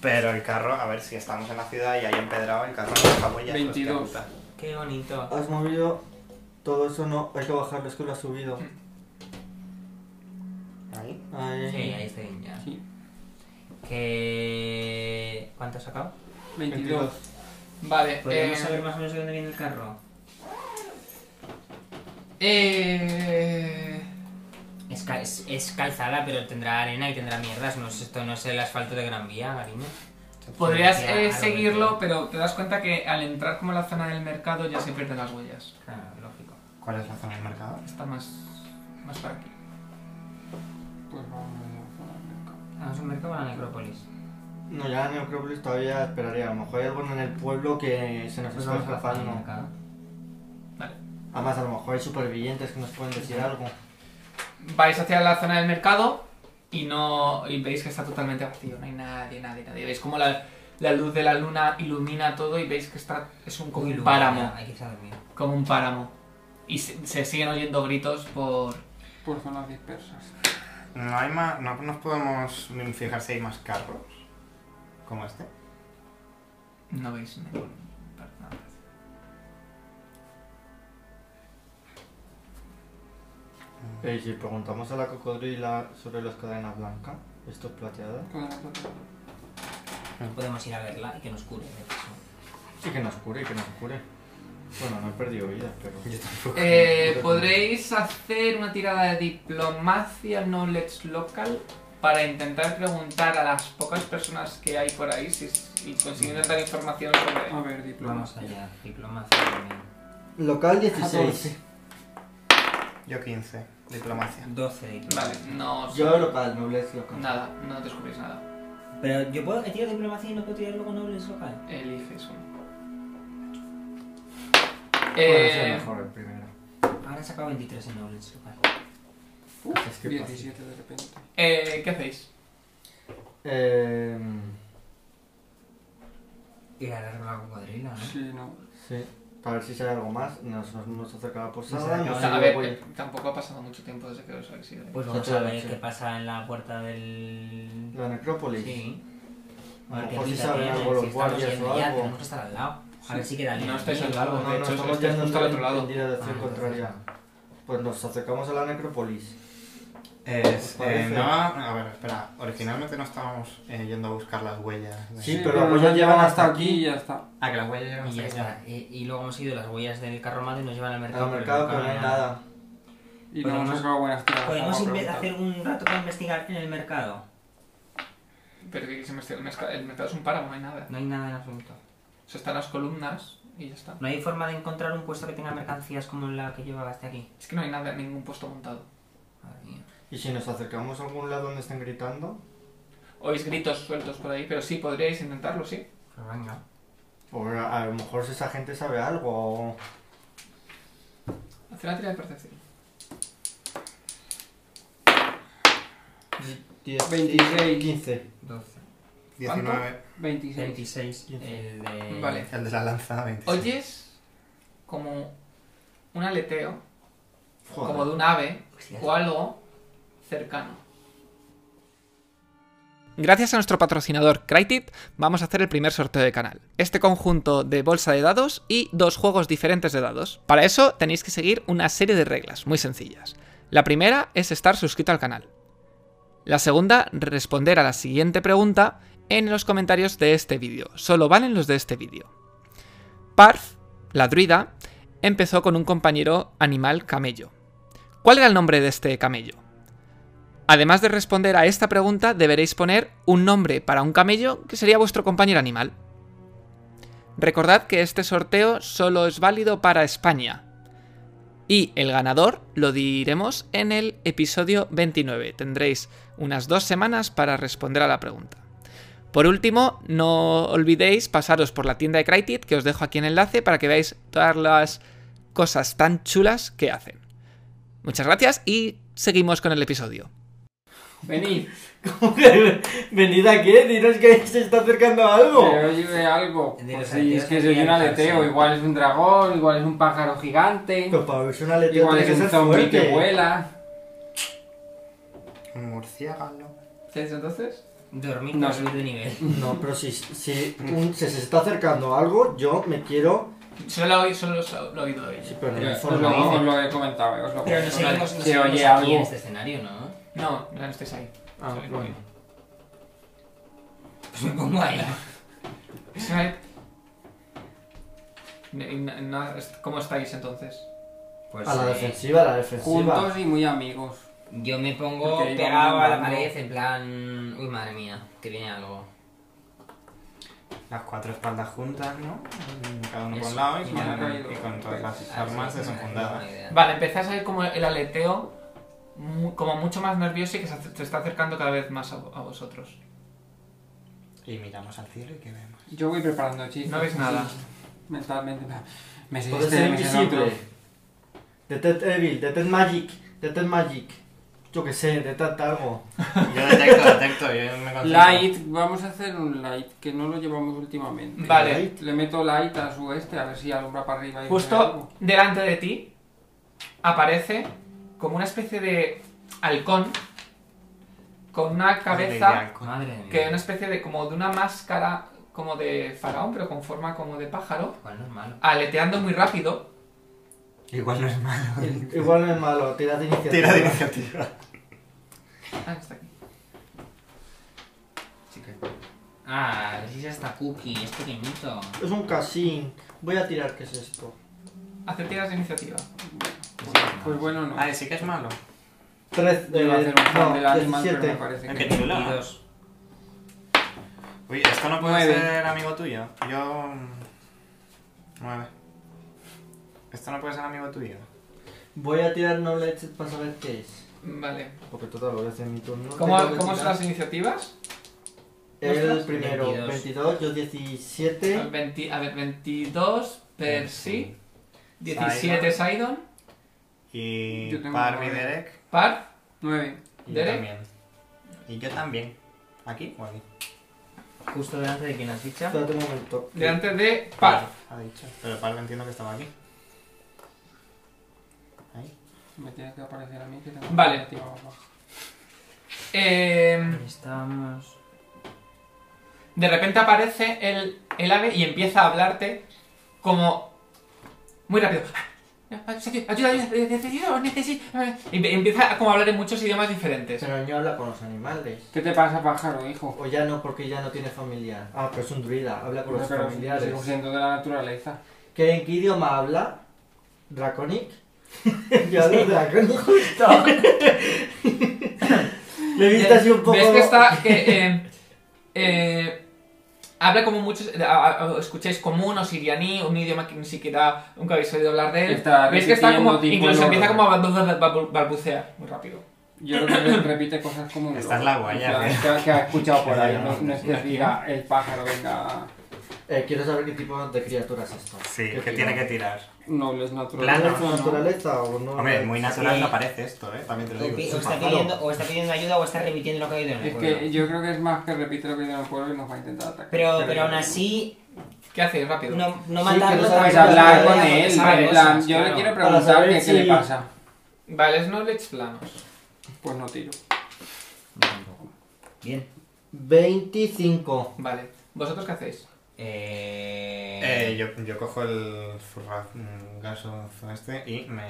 C: Pero el carro, a ver si estamos en la ciudad y hay empedrado, el carro no deja huellas.
E: 22.
C: hostia puta.
D: Qué bonito.
B: Has movido todo eso, no. Hay que bajarlo, es que lo has subido.
C: Ahí.
B: Ahí.
D: Sí, ahí estoy ya.
E: Sí.
D: Que... ¿Cuánto has sacado?
E: 22.
A: Vale, eh,
D: ¿Podríamos saber más o menos de dónde viene el carro?
A: eh,
D: Es, ca- es- es calzada, pero tendrá arena y tendrá mierdas. No es, esto no es el asfalto de Gran Vía, cariño.
A: podrías eh,
D: Claro,
A: seguirlo, pero te das cuenta que al entrar como a la zona del mercado ya se pierden las huellas.
D: Claro, lógico.
C: ¿Cuál es la zona del mercado?
A: Está más, más para aquí.
E: Pues vamos a ver.
D: nos embarcamos a la necrópolis.
B: No, ya en Necrópolis todavía esperaría. A lo mejor hay alguno en el pueblo que se nos
D: Pues
B: está
D: vamos a la zona de
B: escapando.
D: mercado.
B: Además, Ah, a lo mejor hay supervivientes que nos pueden decir algo.
A: Vais hacia la zona del mercado y no y veis que está totalmente vacío, no hay nadie, nadie, nadie. Veis como la, la luz de la luna ilumina todo y veis que está es un como
D: Uy,
A: un
D: Lu,
A: páramo,
D: ya, Hay que irse a dormir.
A: como un páramo. Y se, se siguen oyendo gritos por
E: Por zonas dispersas.
C: No hay más. No nos podemos fijar si hay más carros. Como este.
A: no veis ningún- nada.
B: Pero ¿y si preguntamos a la cocodrila sobre las cadenas blancas, esto es plateada,
E: Con la plata.
D: No podemos ir a verla y que nos cure. de paso.
B: y que nos cure, y que nos cure. Bueno, no he perdido vidas, pero.
A: Eh, podréis hacer una tirada de diplomacia knowledge local para intentar preguntar a las pocas personas que hay por ahí si, si
B: Mm.
A: consiguiendo dar información
E: A
A: sobre
E: ver, diploma.
D: Vamos allá, diplomacia también.
A: Ah,
B: Local
E: 14.
B: 16.
C: Yo 15. Diplomacia.
D: 12 de diplomacia.
A: vale, no os-
B: Yo local, nobleza local.
A: nada, no descubrís nada.
D: Pero yo puedo tirar diplomacia y no puedo tirar luego nobles local.
A: Eliges uno.
B: Bueno, es
A: Eh,
B: el mejor el primero.
D: Ahora he sacado 23 en nobles local.
B: Es que pasa.
E: 17 de repente.
A: eh, ¿Qué hacéis?
B: Eh,
D: Y ahora con la cocodrila, ¿no?
E: Sí, no.
B: sí. Para ver si sale algo más, nos, nos, nos acerca la
D: Nos
B: posada.
D: acerca
B: nos
D: la-
A: a
B: ayuda,
A: ver,
B: voy-
A: eh, tampoco ha pasado mucho tiempo desde que os habéis ido.
D: Pues
B: Ya
D: vamos
B: te
D: a
B: lo
D: ver
B: sé.
D: qué pasa en la puerta del.
B: La necrópolis.
D: Sí.
B: A lo
D: qué
B: mejor si
D: pinta
B: saben
D: tiene,
B: algo los
D: si estamos
B: guardias
D: yendo
B: o
D: ya,
B: algo.
D: Tenemos que estar al lado. A ver si queda
A: No
D: alguien
A: estáis
D: ahí
A: al
D: o algo.
A: lado,
B: No,
A: de
B: no,
A: hecho,
B: estamos
A: este es
B: yendo
A: justo al otro
B: en-
A: lado.
B: En dirección
D: Ah,
B: contraria. Pues nos acercamos a la necrópolis.
C: Es, eh,
B: Parece.
C: no, a ver, espera. Originalmente no estábamos eh, yendo a buscar las huellas. de-
B: Sí, pero las huellas llevan hasta aquí.
E: y ya está.
C: Ah, que las huellas llegan
D: Y ya
C: hasta allá.
D: está. Y, y luego hemos ido las huellas del carromato y nos llevan al mercado.
B: Al mercado, pero no hay nada.
E: Y no
D: Podemos-
E: hemos sacado buenas tiradas.
D: Podemos
E: vamos a
D: inve-
E: preguntar.
D: hacer un rato para investigar en el mercado.
A: Pero que se me esté- el mercado- el mercado es un páramo, no hay nada.
D: No hay nada en absoluto.
A: O sea, están las columnas y ya está.
D: No hay forma de encontrar un puesto que tenga mercancías como la que llevaba hasta aquí.
A: Es que no hay nada, ningún puesto montado.
D: Madre mía.
B: Y si nos acercamos a algún lado donde estén gritando,
A: Oís gritos sueltos por ahí, pero sí, podríais intentarlo, sí.
D: Pues venga.
B: o a, a lo mejor si esa gente sabe algo, o
A: Hacer la tira de percepción.
B: 10,
E: 26.
B: 15.
D: 12.
C: 19.
E: 26.
D: 26. El de...
A: Vale.
C: El de la lanza, 20.
A: Oyes como un aleteo,
B: Joder.
A: como de un ave
D: Hostia.
A: o algo cercano. Gracias a nuestro patrocinador Crytit, vamos a hacer el primer sorteo de canal. Este conjunto de bolsa de dados y dos juegos diferentes de dados. Para eso tenéis que seguir una serie de reglas muy sencillas. La primera es estar suscrito al canal. La segunda, responder a la siguiente pregunta en los comentarios de este vídeo. Solo valen los de este vídeo. Parth, la druida, empezó con un compañero animal camello. ¿Cuál era el nombre de este camello? Además de responder a esta pregunta, deberéis poner un nombre para un camello que sería vuestro compañero animal. Recordad que este sorteo solo es válido para España. Y el ganador lo diremos en el episodio 29. Tendréis unas dos semanas para responder a la pregunta. Por último, no olvidéis pasaros por la tienda de Crytek, que os dejo aquí en el enlace, para que veáis todas las cosas tan chulas que hacen. Muchas gracias y seguimos con el episodio.
E: Venid,
B: Venid aquí, dinos que se está acercando algo.
E: que oye algo.
D: De
E: Pues
D: los
E: sí, es
D: aleteos
E: que se oye un
D: había
E: aleteo.
D: alcanzado.
E: Igual es un dragón, igual es un pájaro gigante,
B: Pero para verse una letra
E: igual
B: tiene
E: es
B: que
E: un
B: ser
E: zombie que
B: fuerte.
E: vuela.
C: Un murciélago.
A: entonces?
D: Dormir
E: No
D: no
E: sé.
D: subir de nivel.
B: No, pero si, si, un- si se está acercando algo, yo me quiero...
A: Solo, lo- solo lo- lo he oído hoy.
B: Sí, pero no
E: Yo
B: me
E: Os
B: informo.
E: lo, os lo he comentado, eh, os lo
D: Pero no
E: comento.
D: seguimos, no
E: Que
D: seguimos
E: oye
D: aquí en
E: algo.
D: este escenario, ¿no?
A: No, ya no estáis ahí.
B: Ah,
A: Soy
B: bueno.
A: yo.
D: Pues me pongo ahí.
A: Es una- Ne- na- na- est- ¿Cómo estáis entonces?
D: Pues
B: A la
D: eh,
B: defensiva, a la defensiva.
E: Juntos y muy amigos.
D: yo me pongo
E: Porque iba
D: pegado a la
E: andando.
D: pared en plan... Uy, madre mía, que viene algo.
C: Las cuatro espaldas juntas, ¿no? Cada uno por
D: Eso.
C: un lado y pues,
D: Y
C: con,
E: ya no ha caído.
C: y con todas las
D: A ver si
C: armas
D: me da
C: desenfundadas.
D: una idea.
A: Vale, empezáis a ver como el aleteo mu- como mucho más nervioso y que se, ace- se está acercando cada vez más a, vo- a vosotros.
C: Y miramos al cielo y ¿qué vemos?
E: Yo voy preparando hechizos.
A: No veis
E: así,
A: nada.
E: Mentalmente. me- Me sé
B: Puede
E: este,
B: ser
E: me sé el otro.
B: invisible. Detect Evil, Detect Magic, Detect Magic. Yo que sé, Detect algo.
C: Yo detecto, detecto, yo me concentro.
E: Light, vamos a hacer un light que no lo llevamos últimamente.
A: Vale.
B: Light.
E: Le meto light a su este a ver si alumbra para arriba. y ve
A: Justo
E: algo.
A: delante de ti aparece como una especie de halcón con una cabeza
D: Madre mía.
A: que una especie de como de una máscara como de faraón pero con forma como de pájaro
D: Igual no es malo.
A: aleteando muy rápido
C: Igual no es malo.
B: Igual no es malo, tira de iniciativa.
C: Tira de iniciativa.
A: ah, está aquí.
D: Sí que- Ah, a ver si es hasta cookie, es pequeñito.
B: Es un casín. Voy a tirar, ¿qué es esto?
A: hace tiras de iniciativa
E: Pues bueno, no.
C: Ah, sí que es malo.
B: Tres,
E: Debe
B: eh,
E: hacer un fan del
B: no,
E: animal, pero
B: 17.
E: me parece
C: ¿Qué
E: que.
C: chula? Oye, esto no puede
E: Nueve.
C: ser amigo tuyo. Yo. mm, Nueve. Esto no puede ser amigo tuyo.
B: Voy a tirar Knowledge para saber qué es.
A: vale
B: Porque total, lo voy a hacer en mi turno.
A: ¿Cómo,
B: Tengo que
A: cómo son
B: tirar.
A: las iniciativas?
B: El
D: nuestras?
B: primero, 22.
D: 22.
B: yo 17.
A: 20 a ver, 22 Percy, 17 Sidon,
C: Y.
E: Yo tengo
C: Parvi
E: nueve.
C: Derek.
A: Par,
E: Nueve.
C: Y yo
A: Derek.
C: también. Y yo también. ¿Aquí o aquí?
D: Justo delante de quien has ficha.
B: Espérate un momento.
A: delante de Par.
C: Ha dicho. Pero Parvi entiendo que estaba aquí. Ahí.
E: Me tiene que aparecer a mí que tengo.
A: Vale.
E: una iniciativa más baja.
A: Eh,
D: Estamos.
A: de repente aparece el, el ave y empieza a hablarte como muy rápido. Ah, Ayuda, eh, ayuda, necesito, os necesito. eh, Y empieza como a hablar en muchos idiomas diferentes.
B: Pero no habla con los animales.
E: ¿Qué te pasa, pájaro, hijo?
B: O ya no, porque ya no tiene familiar. Ah, pero es un druida, habla con los
E: Pero
B: familiares.
E: sigo Pues siendo de la naturaleza.
B: ¿Qué, ¿En qué idioma habla? ¿Draconic? Yo hablo draconic. Le he visto así un poco.
A: ¿Ves que está.? Que, eh, eh, habla como muchos. eh, a- a- escucháis común o sirianí, un idioma que ni siquiera nunca habéis oído hablar de él.
E: Está
A: ¿Ves que está como.
E: repitiendo
A: Incluso
E: tipo
A: empieza
E: loro.
A: como a balbu- balbu- balbucear muy rápido.
E: Yo creo que repite cosas como un.
C: Esta es
E: loco.
C: la guaya,
E: Que-
C: ¿eh?
E: Que, que ha escuchado por ahí. No, no es que diga el pájaro, venga.
B: Eh, quiero saber qué tipo de criatura es esto.
C: Sí,
B: ¿Qué
C: que
B: tipo?
C: tiene que tirar.
E: Noble es
B: ¿Es
E: natural.
C: Plano.
B: de su naturaleza o no?
C: Hombre, muy natural
D: Sí.
C: no parece esto, ¿eh? También te lo
D: O,
C: digo.
D: pi-
C: Es
D: o
C: un
D: está eh,
C: pájaro.
D: pidiendo, o está pidiendo ayuda o está repitiendo lo que ha oído en el
E: Es
D: pueblo.
E: que yo creo que es más que repite lo que dice en el pueblo y nos va a intentar atacar.
D: Pero, pero aún así,
A: ¿Qué hacéis rápido?
D: no, no
B: Sí,
D: matarlo
B: pero
E: Pues
B: sabes
D: tampoco
E: hablar
D: porque
E: con
D: sabe
E: él,
D: cosas,
E: en plan, yo le
D: claro.
E: quiero
B: Para
E: preguntar
B: saber
E: qué,
B: si-
E: qué le pasa.
A: Vale, es knowledge planos.
E: Pues no tiro.
D: Bien.
B: 25.
A: Vale. ¿Vosotros qué hacéis?
D: Eh...
C: Eh, yo, yo cojo el zurragazo este y me...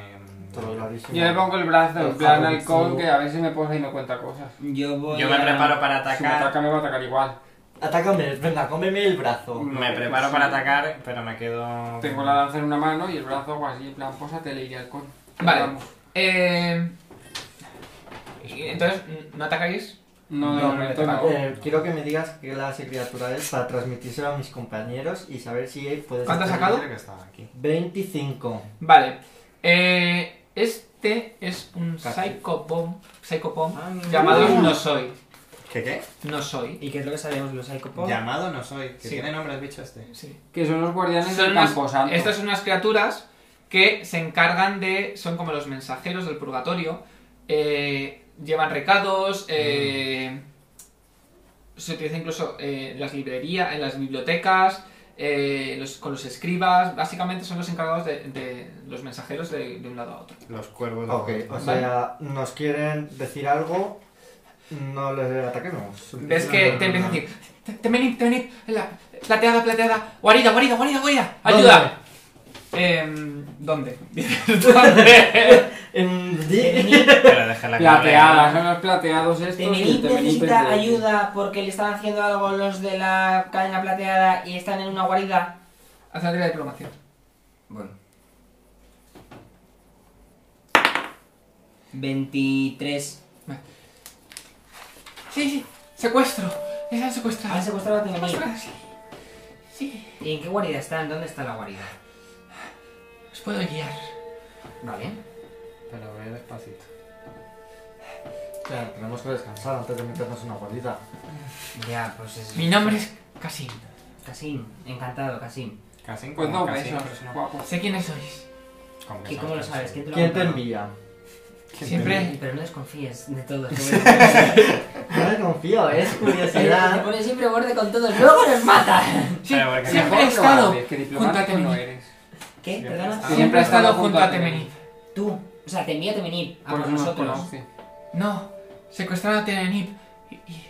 B: Todo clarísimo.
E: Yo le pongo el brazo,
B: El
E: en plan
B: jarro,
E: alcohol,
B: su-
E: que a veces me posa y no cuenta cosas.
D: Yo voy
C: Yo me
D: a-
C: preparo para
E: Si me
C: atacar.
E: ataca, me va a atacar igual.
B: Atácame, venga, cómeme el brazo.
C: Me preparo para atacar, pero me quedo...
E: Tengo la lanza en una mano y el brazo hago así, en plan, pues, pósate, le iré alcohol.
A: Vale.
E: Vamos.
A: Eh, y entonces, ¿no atacáis?
E: No, de
A: No, no,
E: momento
A: no,
E: no.
B: Eh, quiero que me digas qué clase de criatura es para transmitírselo a mis compañeros y saber si puedes.
A: ¿Cuánto has
B: hacer-
A: sacado?
C: Creo que estaba aquí.
B: 25.
A: Vale. Eh, este es un
B: Casi.
A: psychopomp,
B: Ah.
C: Ah,
D: Ay,
A: psychopomp
D: no.
A: llamado
B: Uh.
A: No Soy.
C: ¿Qué qué?
A: No Soy.
D: ¿Y qué es lo que sabemos de los Psychopod?
C: Llamado no soy. Que
A: Sí.
C: tiene nombre el bicho este.
A: Sí.
E: Que son los guardianes
A: Son
E: del
A: unas-
E: camposanto.
A: estas son unas criaturas que se encargan de. son como los mensajeros del purgatorio. eh, llevan recados. eh, Se utiliza incluso eh, en las librerías, en las bibliotecas, eh, los- con los escribas. Básicamente son los encargados de, de los mensajeros de, de un lado a otro.
C: Los cuervos. de
B: Ok,
C: Bogotá.
B: o sea, nos quieren decir algo, no les ataquemos.
A: Ves que te empiezan a decir. Temenip, temenip, la plateada, plateada, guarida, guarida, guarida, guarida, ayuda. Em, ¿Dónde? ¿Dónde?
B: En-
D: Temenip,
C: Pero deja la
E: Plateadas, son los plateados estos. y el
D: Temenip
E: Temenip es
D: necesita
E: de-
D: ayuda porque le están haciendo algo los de la cadena plateada y están en una guarida.
A: Haz la tira de diplomacia.
D: Bueno. 23.
A: Sí, sí, secuestro. Les han
D: Han
A: secuestrado.
D: secuestrado a Temenip.
A: Secuestrado, sí. Sí,
D: ¿Y en qué guarida están? ¿Dónde está la guarida?
A: os puedo guiar.
D: Vale.
C: Pero voy despacito.
B: Claro, tenemos que descansar antes de meternos una guarida.
D: Ya, pues es.
A: Mi nombre es Casim.
D: Casim, encantado, Casim.
C: Casi
E: Pues
C: como
E: dos
C: casi,
E: besos,
C: pero si no-
E: guapo.
A: Sé quiénes sois.
C: como que
D: ¿Y
C: no,
D: cómo lo
C: casi.
D: sabes? ¿Quién te lo ha
B: ¿Quién te
D: contado?
B: envía?
A: Siempre.
D: Pero no desconfíes de todos.
B: No le confío, es
D: Te
B: curiosidad.
D: pones siempre borde con todos, luego nos matan.
A: Sí,
C: Pero porque
A: siempre
E: Mejor
A: he
E: no
A: estado
E: hables, que
A: junto a
E: diplomático no
A: Temenir.
E: eres.
D: ¿Qué?
C: Siempre
D: ¿Perdona?
C: está.
A: Siempre he estado junto a Temenir.
D: Tú. O sea, te envía a venir a
E: Por
D: por
E: eso nos
D: Ah, nosotros.
E: conoce.
A: No, secuestraron a Tenenip y, y-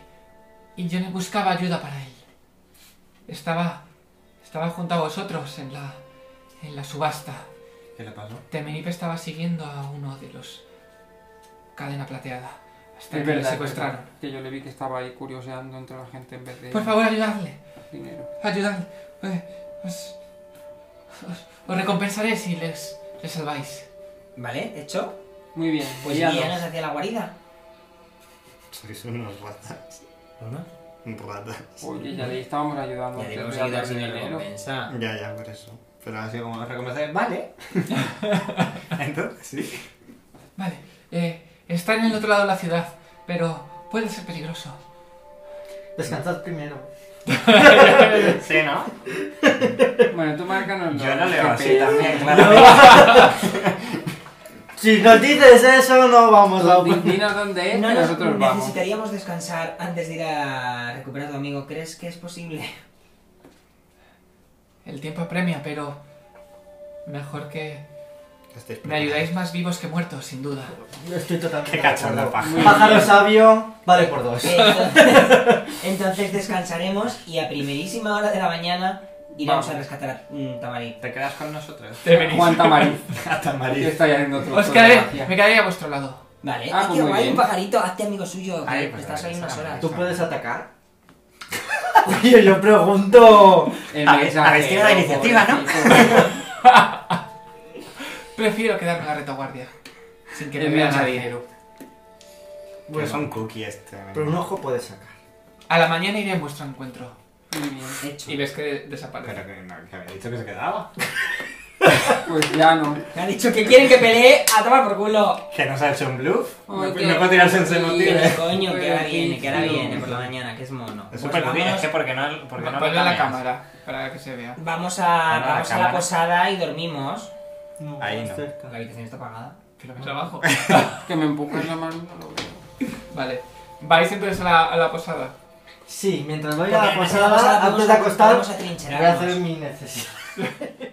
A: y yo le buscaba ayuda para él. Estaba, estaba junto a vosotros en la, en la subasta.
C: ¿Qué le pasó?
A: Temenip estaba siguiendo a uno de los cadena plateada hasta
E: Es
A: que le
E: verdad,
A: secuestraron.
E: Que yo le vi que estaba ahí curioseando entre la gente en vez de
A: Por favor, ayudadle,
E: dinero.
A: ayudadle. Eh, os, os- os recompensaré si les, les salváis.
D: Vale, hecho.
E: Muy bien,
D: Pues
E: guíanos.
D: guíanos hacia la guarida.
F: Sois unos ratas.
D: ¿No?
F: Ratas.
E: Oye, ya le estábamos ayudando.
D: Ya
E: antes
D: debemos
E: de
D: ayudar
E: darle
D: sin el
E: dinero.
D: recompensa.
F: Ya, ya, por eso. Pero
C: Así
F: así
C: como recompensar, Ah. vale. Entonces, sí.
A: Vale, eh, está en el otro lado de la ciudad, pero puede ser peligroso.
B: Descansad primero.
C: Sí, ¿no?
E: Bueno, tú márcanos
C: Yo no
E: los
C: leo así
E: GPS.
C: también, claro.
B: Si nos dices eso, no vamos a...
E: Di- Dinos dónde es
D: No,
E: que
D: nos-
E: nosotros vamos.
D: necesitaríamos descansar antes de ir a recuperar a tu amigo. ¿Crees que es posible?
A: El tiempo apremia, pero mejor que
F: estáis
A: me ayudáis más vivos que muertos, sin duda.
B: Estoy totalmente
C: Qué
B: de
C: cachonda
B: acuerdo.
C: paja.
B: Pájaro sabio, vale por dos.
D: Entonces, entonces descansaremos y a primerísima hora de la mañana iremos
E: Vamos.
D: a rescatar a mm, Tamarit.
C: ¿Te quedas con nosotros?
E: Juan Tamariz.
C: Hasta
E: Yo
C: María.
E: estoy haciendo otro.
A: Os
E: truco de
A: quedaré,
E: magia.
A: me quedaré a vuestro lado.
D: Vale,
E: Ah,
D: ah,
E: pues
D: qué
E: muy
D: guay,
E: bien.
D: un pajarito, hazte amigo suyo. que
C: Ahí, pues,
D: estás ahí
C: vale,
D: unas
C: está
D: horas.
B: ¿Tú puedes atacar? Oye, yo pregunto.
E: El
C: A ver, a ver, tiene la
E: mensajero,
C: iniciativa, ¿no?
E: pobrecito.
A: Prefiero quedarme en la retaguardia. Sin que me
E: El
A: vea nadie.
E: mensajero.
C: Que
B: Bueno,
C: son cookies este.
B: pero un ojo puedes sacar.
A: A la mañana iré en vuestro encuentro.
E: pues, Muy bien.
D: Hecho.
A: Y ves que de-
C: Pero
A: desaparece.
C: que, no, que había dicho que se quedaba.
E: Pues ya no.
D: Me han dicho que quieren que pelee a tomar por culo.
C: Que nos ha hecho un bluff.
E: Oye,
C: no, puede- no puede tirarse en ese
D: Y,
B: eh.
C: motivo.
D: Coño, que ahora
E: Oye,
D: viene, que ahora
E: tío.
D: viene por la mañana, que es mono.
C: Es
D: Pues
C: súper cookie, es
D: vamos,
C: que porque no, porque no lo
A: Ponle la
C: cambias?
A: cámara para que se vea.
D: vamos
C: Ah,
D: a,
C: no, la
D: vamos a la
C: cámara.
D: posada y dormimos.
C: Ahí no.
D: La habitación está apagada.
A: Que lo ves abajo.
E: Que me empujes la mano. no lo veo.
A: Vale. ¿Vais entonces a la, a la posada?
B: Sí, mientras voy a la
D: Porque antes de la
B: posada, antes de
D: podemos-
B: acostar,
D: podemos
B: voy a hacer
D: atrincherarnos.
B: mi necesidad.